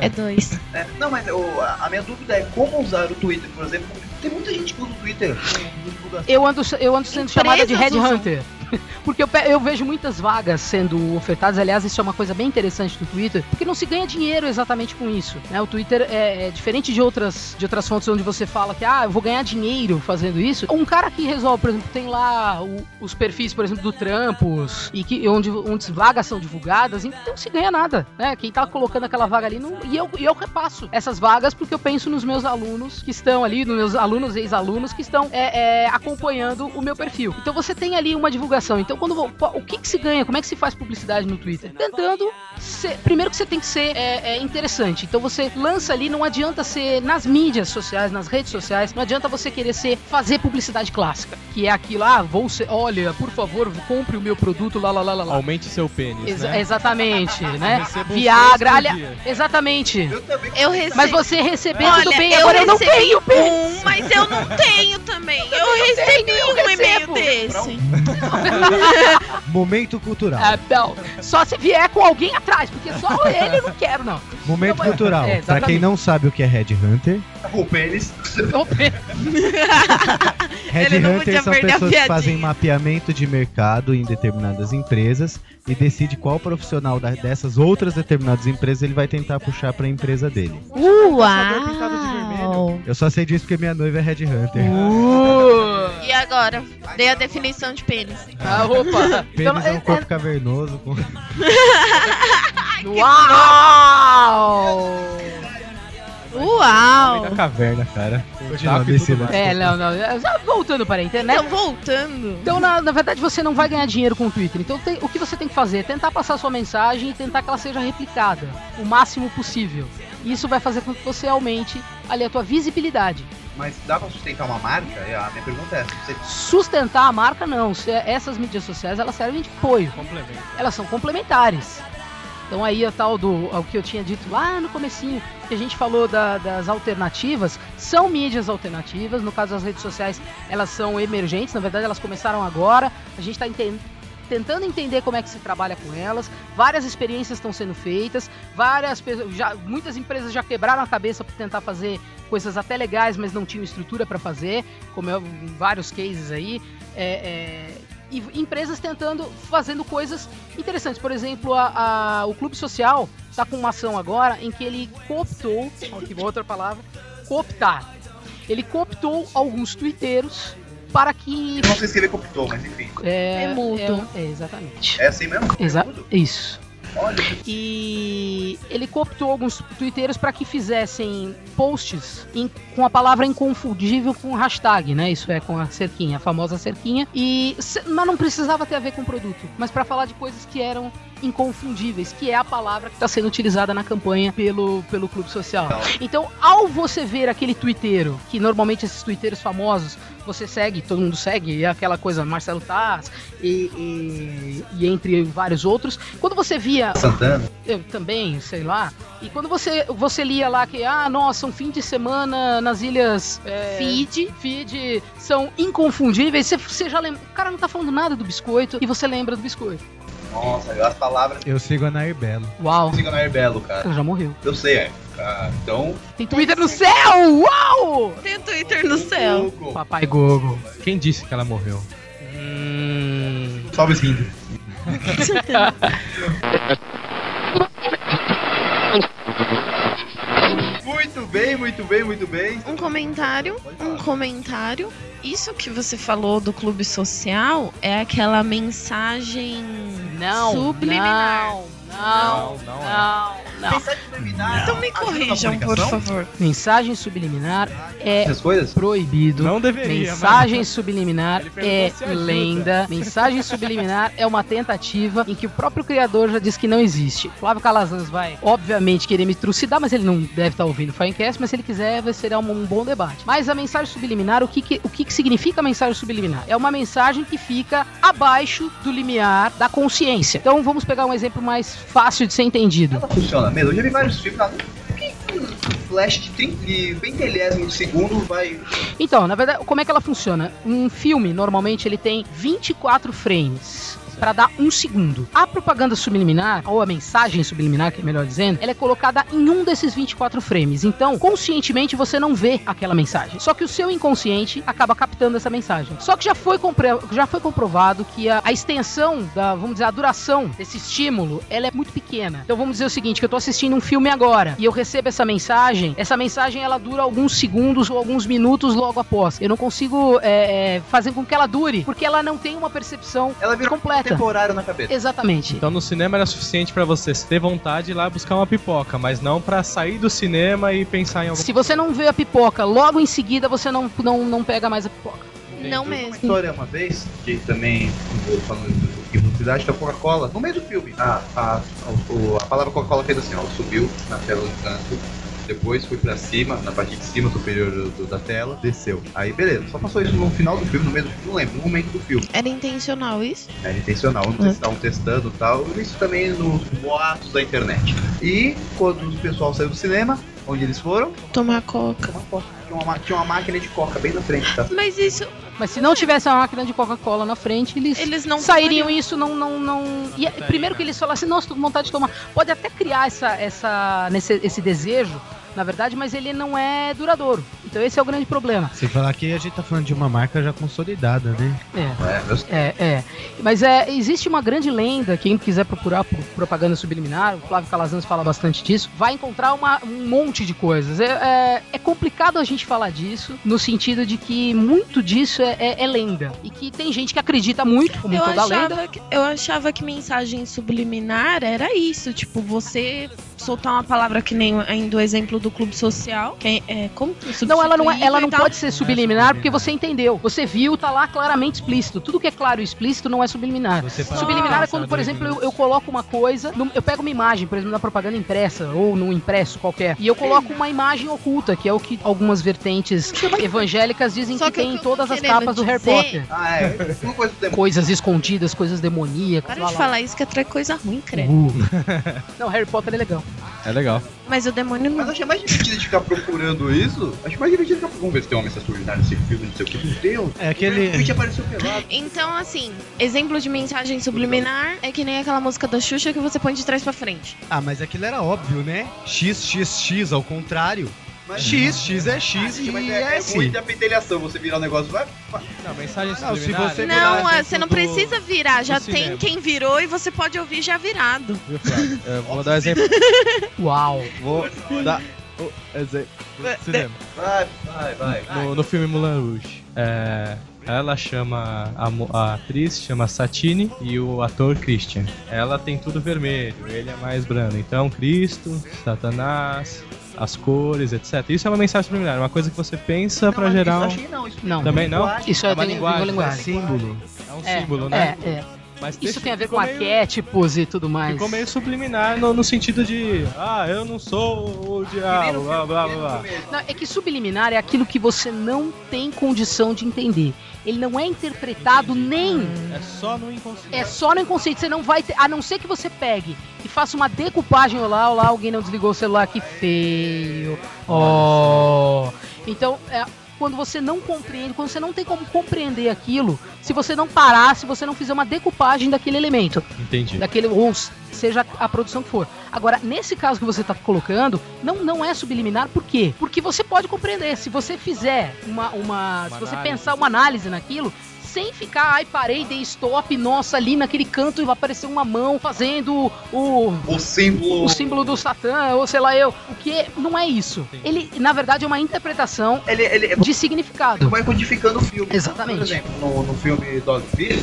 É dois. É, não, mas o- a, a minha dúvida é como usar o Twitter, por exemplo. Tem muita gente que usa o Twitter. com divulgação. Eu ando, eu ando sendo chamada de Empresas usam. Headhunter. Porque eu, pe- eu vejo muitas vagas sendo ofertadas. Aliás, isso é uma coisa bem interessante do Twitter, porque não se ganha dinheiro exatamente com isso. né? O Twitter é, é diferente de outras, de outras fontes onde você fala que, ah, eu vou ganhar dinheiro fazendo isso. Um cara que resolve, por exemplo, tem lá o- os perfis, por exemplo, do Trampos, e que, onde, onde vagas um são divulgadas, então não se ganha nada. Né? Quem tá colocando aquela vaga ali, não, e, eu, e eu repasso essas vagas porque eu penso nos meus alunos que estão ali, nos meus alunos e ex-alunos que estão é, é, acompanhando o meu perfil. Então você tem ali uma divulgação. Então, quando vo- o que, que se ganha? Como é que se faz publicidade no Twitter? Tentando ser- primeiro que você tem que ser é, é, interessante. Então você lança ali, não adianta ser nas mídias sociais, nas redes sociais, não adianta você querer ser fazer publicidade clássica, que é aquilo, ah, vou ser, olha, por favor, compre o meu produto, lá, lá, lá, lá, lá. Aumente seu pênis, Exa- né? Exatamente, né? Receba um Viagra, sexto olha, dia. exatamente. Eu também. Eu recebi. Mas você recebeu Olha, tudo bem, eu agora eu não recebi tenho pênis. um, mas eu não tenho também. Eu recebi um e-mail recebo. desse. Momento cultural. Ah, não. Só se vier com alguém atrás, porque só ele eu não quero, não. Momento não, é- cultural. é, pra exatamente. quem não sabe o que é Red Hunter, Com pênis. Não tem. Red Ele não Hunter podia são perder a pessoas que fazem piadinha. mapeamento de mercado em determinadas empresas e decide qual profissional da- dessas outras determinadas empresas ele vai tentar puxar pra empresa dele. Uau! Eu só sei disso porque minha noiva é Red Hunter. Hum. Uh, E agora? Dei a definição de pênis. ah, opa. Então, Pênis é um é- corpo cavernoso com é- Uau! Homem Uau! da caverna, cara. Continua, Taco e Priscila. tudo né? mais. É, não, não. é, já Voltando para a internet. Então, voltando. Então, na, na verdade, você não vai ganhar dinheiro com o Twitter. Então, tem- o que você tem que fazer é tentar passar sua mensagem e tentar que ela seja replicada o máximo possível. Isso vai fazer com que você aumente ali a tua visibilidade. Mas dá pra sustentar uma marca? É, A minha pergunta é essa. Você Sustentar a marca, não. Se- é, Essas mídias sociais, elas servem de apoio. Complemento. elas são complementares. Então aí a tal do o que eu tinha dito lá no comecinho, que a gente falou da- das alternativas, são mídias alternativas, no caso as redes sociais, elas são emergentes, na verdade elas começaram agora, a gente está tentando entender como é que se trabalha com elas, várias experiências estão sendo feitas, várias pe- já muitas empresas já quebraram a cabeça para tentar fazer coisas até legais, mas não tinham estrutura para fazer, como é, vários cases aí, é, é, e empresas tentando fazendo coisas interessantes. Por exemplo, a- a- o Clube Social está com uma ação agora em que ele cooptou, ó, que outra palavra, cooptar. Ele cooptou alguns twitteiros para que não sei escrever computador, mas enfim. é, É mútuo. é- é, exatamente. É assim mesmo? Exa- Mudo? isso. Olha, E ele cooptou alguns twitteiros para que fizessem posts em- com a palavra inconfundível com hashtag, né? Isso é com a cerquinha, a famosa cerquinha. E se- mas não precisava ter a ver com o produto, mas para falar de coisas que eram inconfundíveis, que é a palavra que está sendo utilizada na campanha pelo, pelo clube social. Então, ao você ver aquele twitteiro, que normalmente esses twitteiros famosos você segue, todo mundo segue, é aquela coisa Marcelo Taz e- e- e entre vários outros, quando você via Santana. eu também, sei lá. E quando você, você lia lá que, ah, nossa, um fim de semana nas ilhas é, Feed. Feed são inconfundíveis, você, você já lembra. O cara não tá falando nada do biscoito e você lembra do biscoito. Nossa, as palavras Eu sigo a Nair Belo. Uau, que ficam na Airbelo, cara. ela já morreu. Eu sei, é. Ah, então. Tem Twitter no céu! Uau! Tem Twitter um no céu. Google. Papai Gogo. Quem disse que ela morreu? Hum. Salve os índios. Muito bem, muito bem, muito bem. Um comentário, um comentário. Isso que você falou do clube social é aquela mensagem Não, subliminar. não, não, é. não. não, não. Pensar de terminar. Então me corrijam, por comunicação? favor. Mensagem subliminar é Essas coisas? proibido Não deveria, Mensagem subliminar Ele perguntou é se ajuda. lenda. Mensagem subliminar é uma tentativa em que o próprio criador já diz que não existe. Flávio Calazans vai, obviamente, querer me trucidar, mas ele não deve estar ouvindo o Finecast, mas se ele quiser, vai ser um, um bom debate. Mas a mensagem subliminar, o que, que- o que, que significa a mensagem subliminar? É uma mensagem que fica abaixo do limiar da consciência. Então vamos pegar um exemplo mais fácil de ser entendido. Ela funciona mesmo. Eu já vi vários filmes. Ela... flash de 30 de pentelésimo de segundo vai. Então, na verdade, como é que ela funciona? Um filme, normalmente, ele tem 24 frames para dar um segundo. A propaganda subliminar, ou a mensagem subliminar, que é melhor dizendo, ela é colocada em um desses 24 frames. Então, conscientemente, você não vê aquela mensagem. Só que o seu inconsciente acaba captando essa mensagem. Só que já foi, compre- já foi comprovado que a, a extensão, da, vamos dizer, a duração desse estímulo, ela é muito pequena. Então, vamos dizer o seguinte, que eu tô assistindo um filme agora e eu recebo essa mensagem, essa mensagem, ela dura alguns segundos ou alguns minutos logo após. Eu não consigo é, é, fazer com que ela dure, porque ela não tem uma percepção Ela vira completa. temporário na cabeça. Exatamente. Então no cinema era suficiente pra você ter vontade de ir lá buscar uma pipoca, mas não pra sair do cinema e pensar em alguma Se você não vê a pipoca logo em seguida, você não, não, não pega mais a pipoca. Não Uma mesmo. história uma vez, que também falando de velocidade da Coca-Cola, no meio do filme. A, a, o- a palavra Coca-Cola fez assim, ó, subiu na tela do canto. Depois foi pra cima, na parte de cima superior do- do- da tela, desceu. Aí beleza, só passou isso no final do filme, no meio do filme, não lembro, no momento do filme. Era intencional isso? Era intencional, não Hum. sei se estavam testando e tal. Isso também nos boatos da internet. E quando o pessoal saiu do cinema, onde eles foram, Tomar coca. uma coca. Tinha uma, ma- tinha uma máquina de coca bem na frente, tá? Mas isso, Mas se não tivesse a máquina de Coca-Cola na frente, eles, eles não né? sairiam isso, não. não, não... E é- primeiro que eles falassem, nossa, tô com vontade de tomar. Pode até criar essa, essa, nesse, esse desejo, na verdade, mas ele não é duradouro. Então esse é o grande problema. Sem falar que a gente tá falando de uma marca já consolidada, né? É. É, meus... É, é. Mas é, existe uma grande lenda, quem quiser procurar por propaganda subliminar, o Flávio Calazans fala bastante disso, vai encontrar uma- um monte de coisas. É, é- é complicado a gente falar disso, no sentido de que muito disso é, é- é lenda. E que tem gente que acredita muito, como eu toda lenda. achava, que, eu achava que mensagem subliminar era isso, tipo, você soltar uma palavra que nem ainda o exemplo do clube social, que é, é como Não, ela não, é- ela não substituível e tal. pode ser subliminar subliminar. porque você entendeu. Você viu, tá lá claramente explícito. Tudo que é claro e explícito não é subliminar. Você "Ah, para- Subliminar é pensar quando, por dois exemplo, eu, minutos. eu coloco uma coisa, num- eu pego uma imagem, por exemplo, na propaganda impressa ou num impresso qualquer, e eu coloco uma imagem oculta, que é o que algumas vertentes evangélicas dizem Só que, que o tem que em eu tô todas as querendo capas do Harry dizer- Potter. Ah, é. Uma coisa do demônio. Coisas escondidas, coisas demoníacas. Para de lá, lá. falar isso que atrai coisa ruim, credo. Uhum. Não, Harry Potter é legal. É legal. Mas o demônio Mas não. é- eu achei mais divertido de ficar procurando isso. Acho é mais divertido ficar procurando. Vamos ver se tem uma mensagem subliminar nesse filme, não sei o que. Meu Deus. É O bicho apareceu pelado. Então, assim, exemplo de mensagem subliminar é que nem aquela música da Xuxa que você põe de trás pra frente. Ah, mas aquilo era óbvio, né? XXX ao contrário. Mas- X, X é X Gente, e mas é, é S. ruim da pentelhação. Você virar o negócio, vai. Não, mensagem Não, se subliminar, você é Não, virar verdade, ah, é você não tudo- precisa virar, já do tem cinema. quem virou e você pode ouvir já virado. Viu, Flávio? Eu vou dar um exemplo. Uau. Vou dar o exemplo. É, do cinema. Vai, vai, vai. No, no filme Mulan Rouge. É, ela chama. A, mo- a atriz chama Satine e o ator Christian. Ela tem tudo vermelho, ele é mais branco. Então, Cristo, Satanás, as cores, etc. Isso é uma mensagem subliminar, uma coisa que você pensa pra mas gerar isso eu um. Achei não. Isso Não. Também não? Isso é, É uma uma linguagem, linguagem. é Símbolo. É um É, símbolo, né? é, é. Mas Isso esse tem a ver ficou com meio- arquétipos e tudo mais. Ficou meio subliminar no, no sentido de. Ah, eu não sou o diabo, blá blá blá. blá. Não, é que subliminar é aquilo que você não tem condição de entender. Ele não é interpretado nem. É só no inconsciente. É só no inconsciente. Você não vai ter. A não ser que você pegue e faça uma decupagem. Olá, olá, alguém não desligou o celular, que feio. Ó. Então, é, Quando você não compreende, quando você não tem como compreender aquilo, se você não parar, se você não fizer uma decupagem daquele elemento, Entendi. daquele ou s- seja a produção que for. Agora, nesse caso que você está colocando, não, não é subliminar, por quê? Porque você pode compreender, se você fizer uma, uma, se Uma você análise. pensar uma análise naquilo, sem ficar, ai, parei, dei stop, nossa, ali naquele canto apareceu uma mão fazendo o O símbolo. o símbolo do Satã, ou sei lá eu, o que não é isso. Ele, na verdade, é uma interpretação Ele, ele é- de significado. vai codificando o filme. Exatamente. Por exemplo, no, no filme Dogville,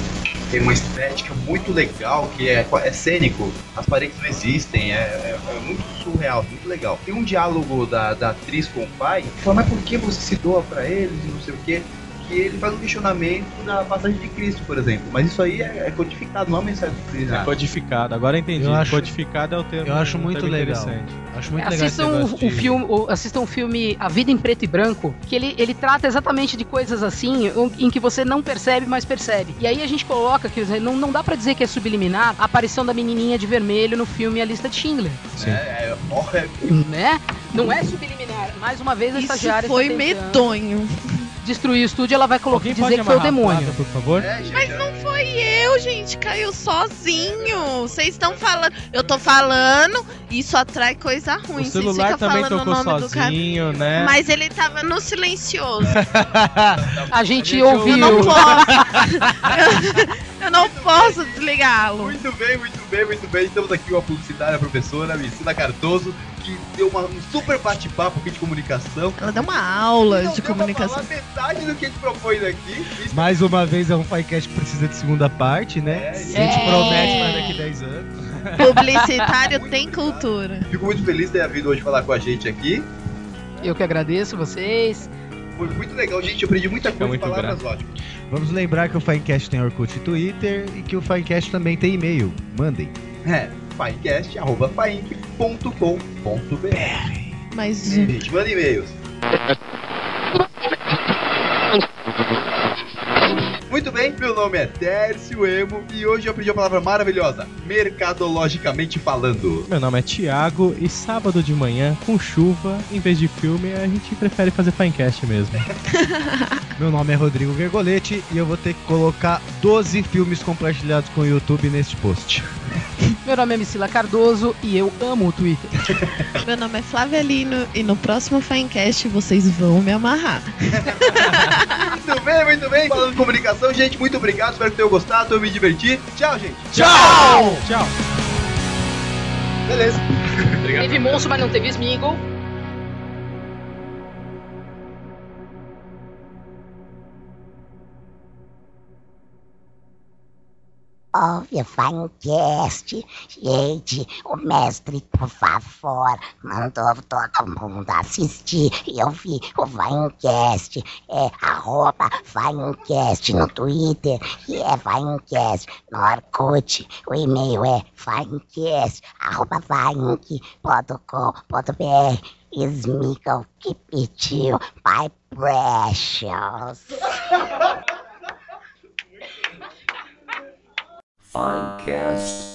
tem uma estética muito legal que é, é cênico. As paredes não existem, é, é- é muito surreal, muito legal. Tem um diálogo da, da atriz com o pai, que fala, mas por que você se doa pra eles e não sei o quê? Que ele faz um questionamento da passagem de Cristo, por exemplo. Mas isso aí é, é codificado, não é uma mensagem do Cristo. É codificado, agora entendi. Eu acho- codificado é o termo. eu acho um muito termo legal. interessante. Acho muito legal esse É, assistam o, negócio de- o filme, o- assistam o filme A Vida em Preto e Branco, que ele, ele trata exatamente de coisas assim, o- em que você não percebe, mas percebe. E aí a gente coloca que não, não dá pra dizer que é subliminar a aparição da menininha de vermelho no filme A Lista de Schindler, Sim. É, é, ó, é- né? Não é subliminar. Mais uma vez, a Isso estagiária foi está tá tentando medonho. Destruir o estúdio, ela vai colocar Alguém dizer pode que foi o amarrar a demônio. placa, por favor? Mas não foi eu, gente. Caiu sozinho. Vocês estão falando. Eu tô falando, isso atrai coisa ruim. O Vocês celular ficam também falando o tocou nome do cara. sozinho, né? Mas ele tava no silencioso. A gente Eu ouviu. não posso. eu não posso desligá-lo. Muito bem, muito bem, muito bem. Estamos aqui com a publicitária, a professora Missina Cardoso, que deu uma- um super bate-papo aqui de comunicação. Ela deu uma aula Não de deu pra comunicação. falar metade do que a gente propôs aqui. Isso Mais uma vez é um podcast que precisa de segunda parte, né? É, A gente É. promete para daqui 10 anos. Publicitário tem cultura. Fico muito feliz de ter havido hoje falar com a gente aqui. Eu que agradeço vocês. Foi muito legal, gente. Eu aprendi muita coisa muito palavras ótimas. Vamos lembrar que o Finecast tem Orkut e Twitter e que o Finecast também tem e-mail. Mandem. É, finecast, arroba finec.com.br. Mas Gente, manda e-mails. Muito bem, meu nome é Tércio Emo e hoje eu aprendi uma palavra maravilhosa, mercadologicamente falando. Meu nome é Thiago e sábado de manhã, com chuva, em vez de filme, a gente prefere fazer finecast mesmo. Meu nome é Rodrigo Vergolete e eu vou ter que colocar 12 filmes compartilhados com o YouTube neste post. Meu nome é Missila Cardoso e eu amo o Twitter. meu nome é Flávia Lino e no próximo Finecast vocês vão me amarrar. Muito bem, muito bem. Falando em comunicação, gente, muito obrigado. Espero que tenham gostado, eu me diverti. Tchau, gente. Tchau! Tchau! Beleza. Teve monstro, mas não teve Smeagol. Ouve o Finecast. Gente, o mestre, por favor, mandou todo mundo assistir. E eu vi o Finecast. É arroba Finecast no Twitter. E é Finecast no Orkut. O e-mail é finecast, arroba finec.com.br. Smickle que pediu. By Precious. Finecast.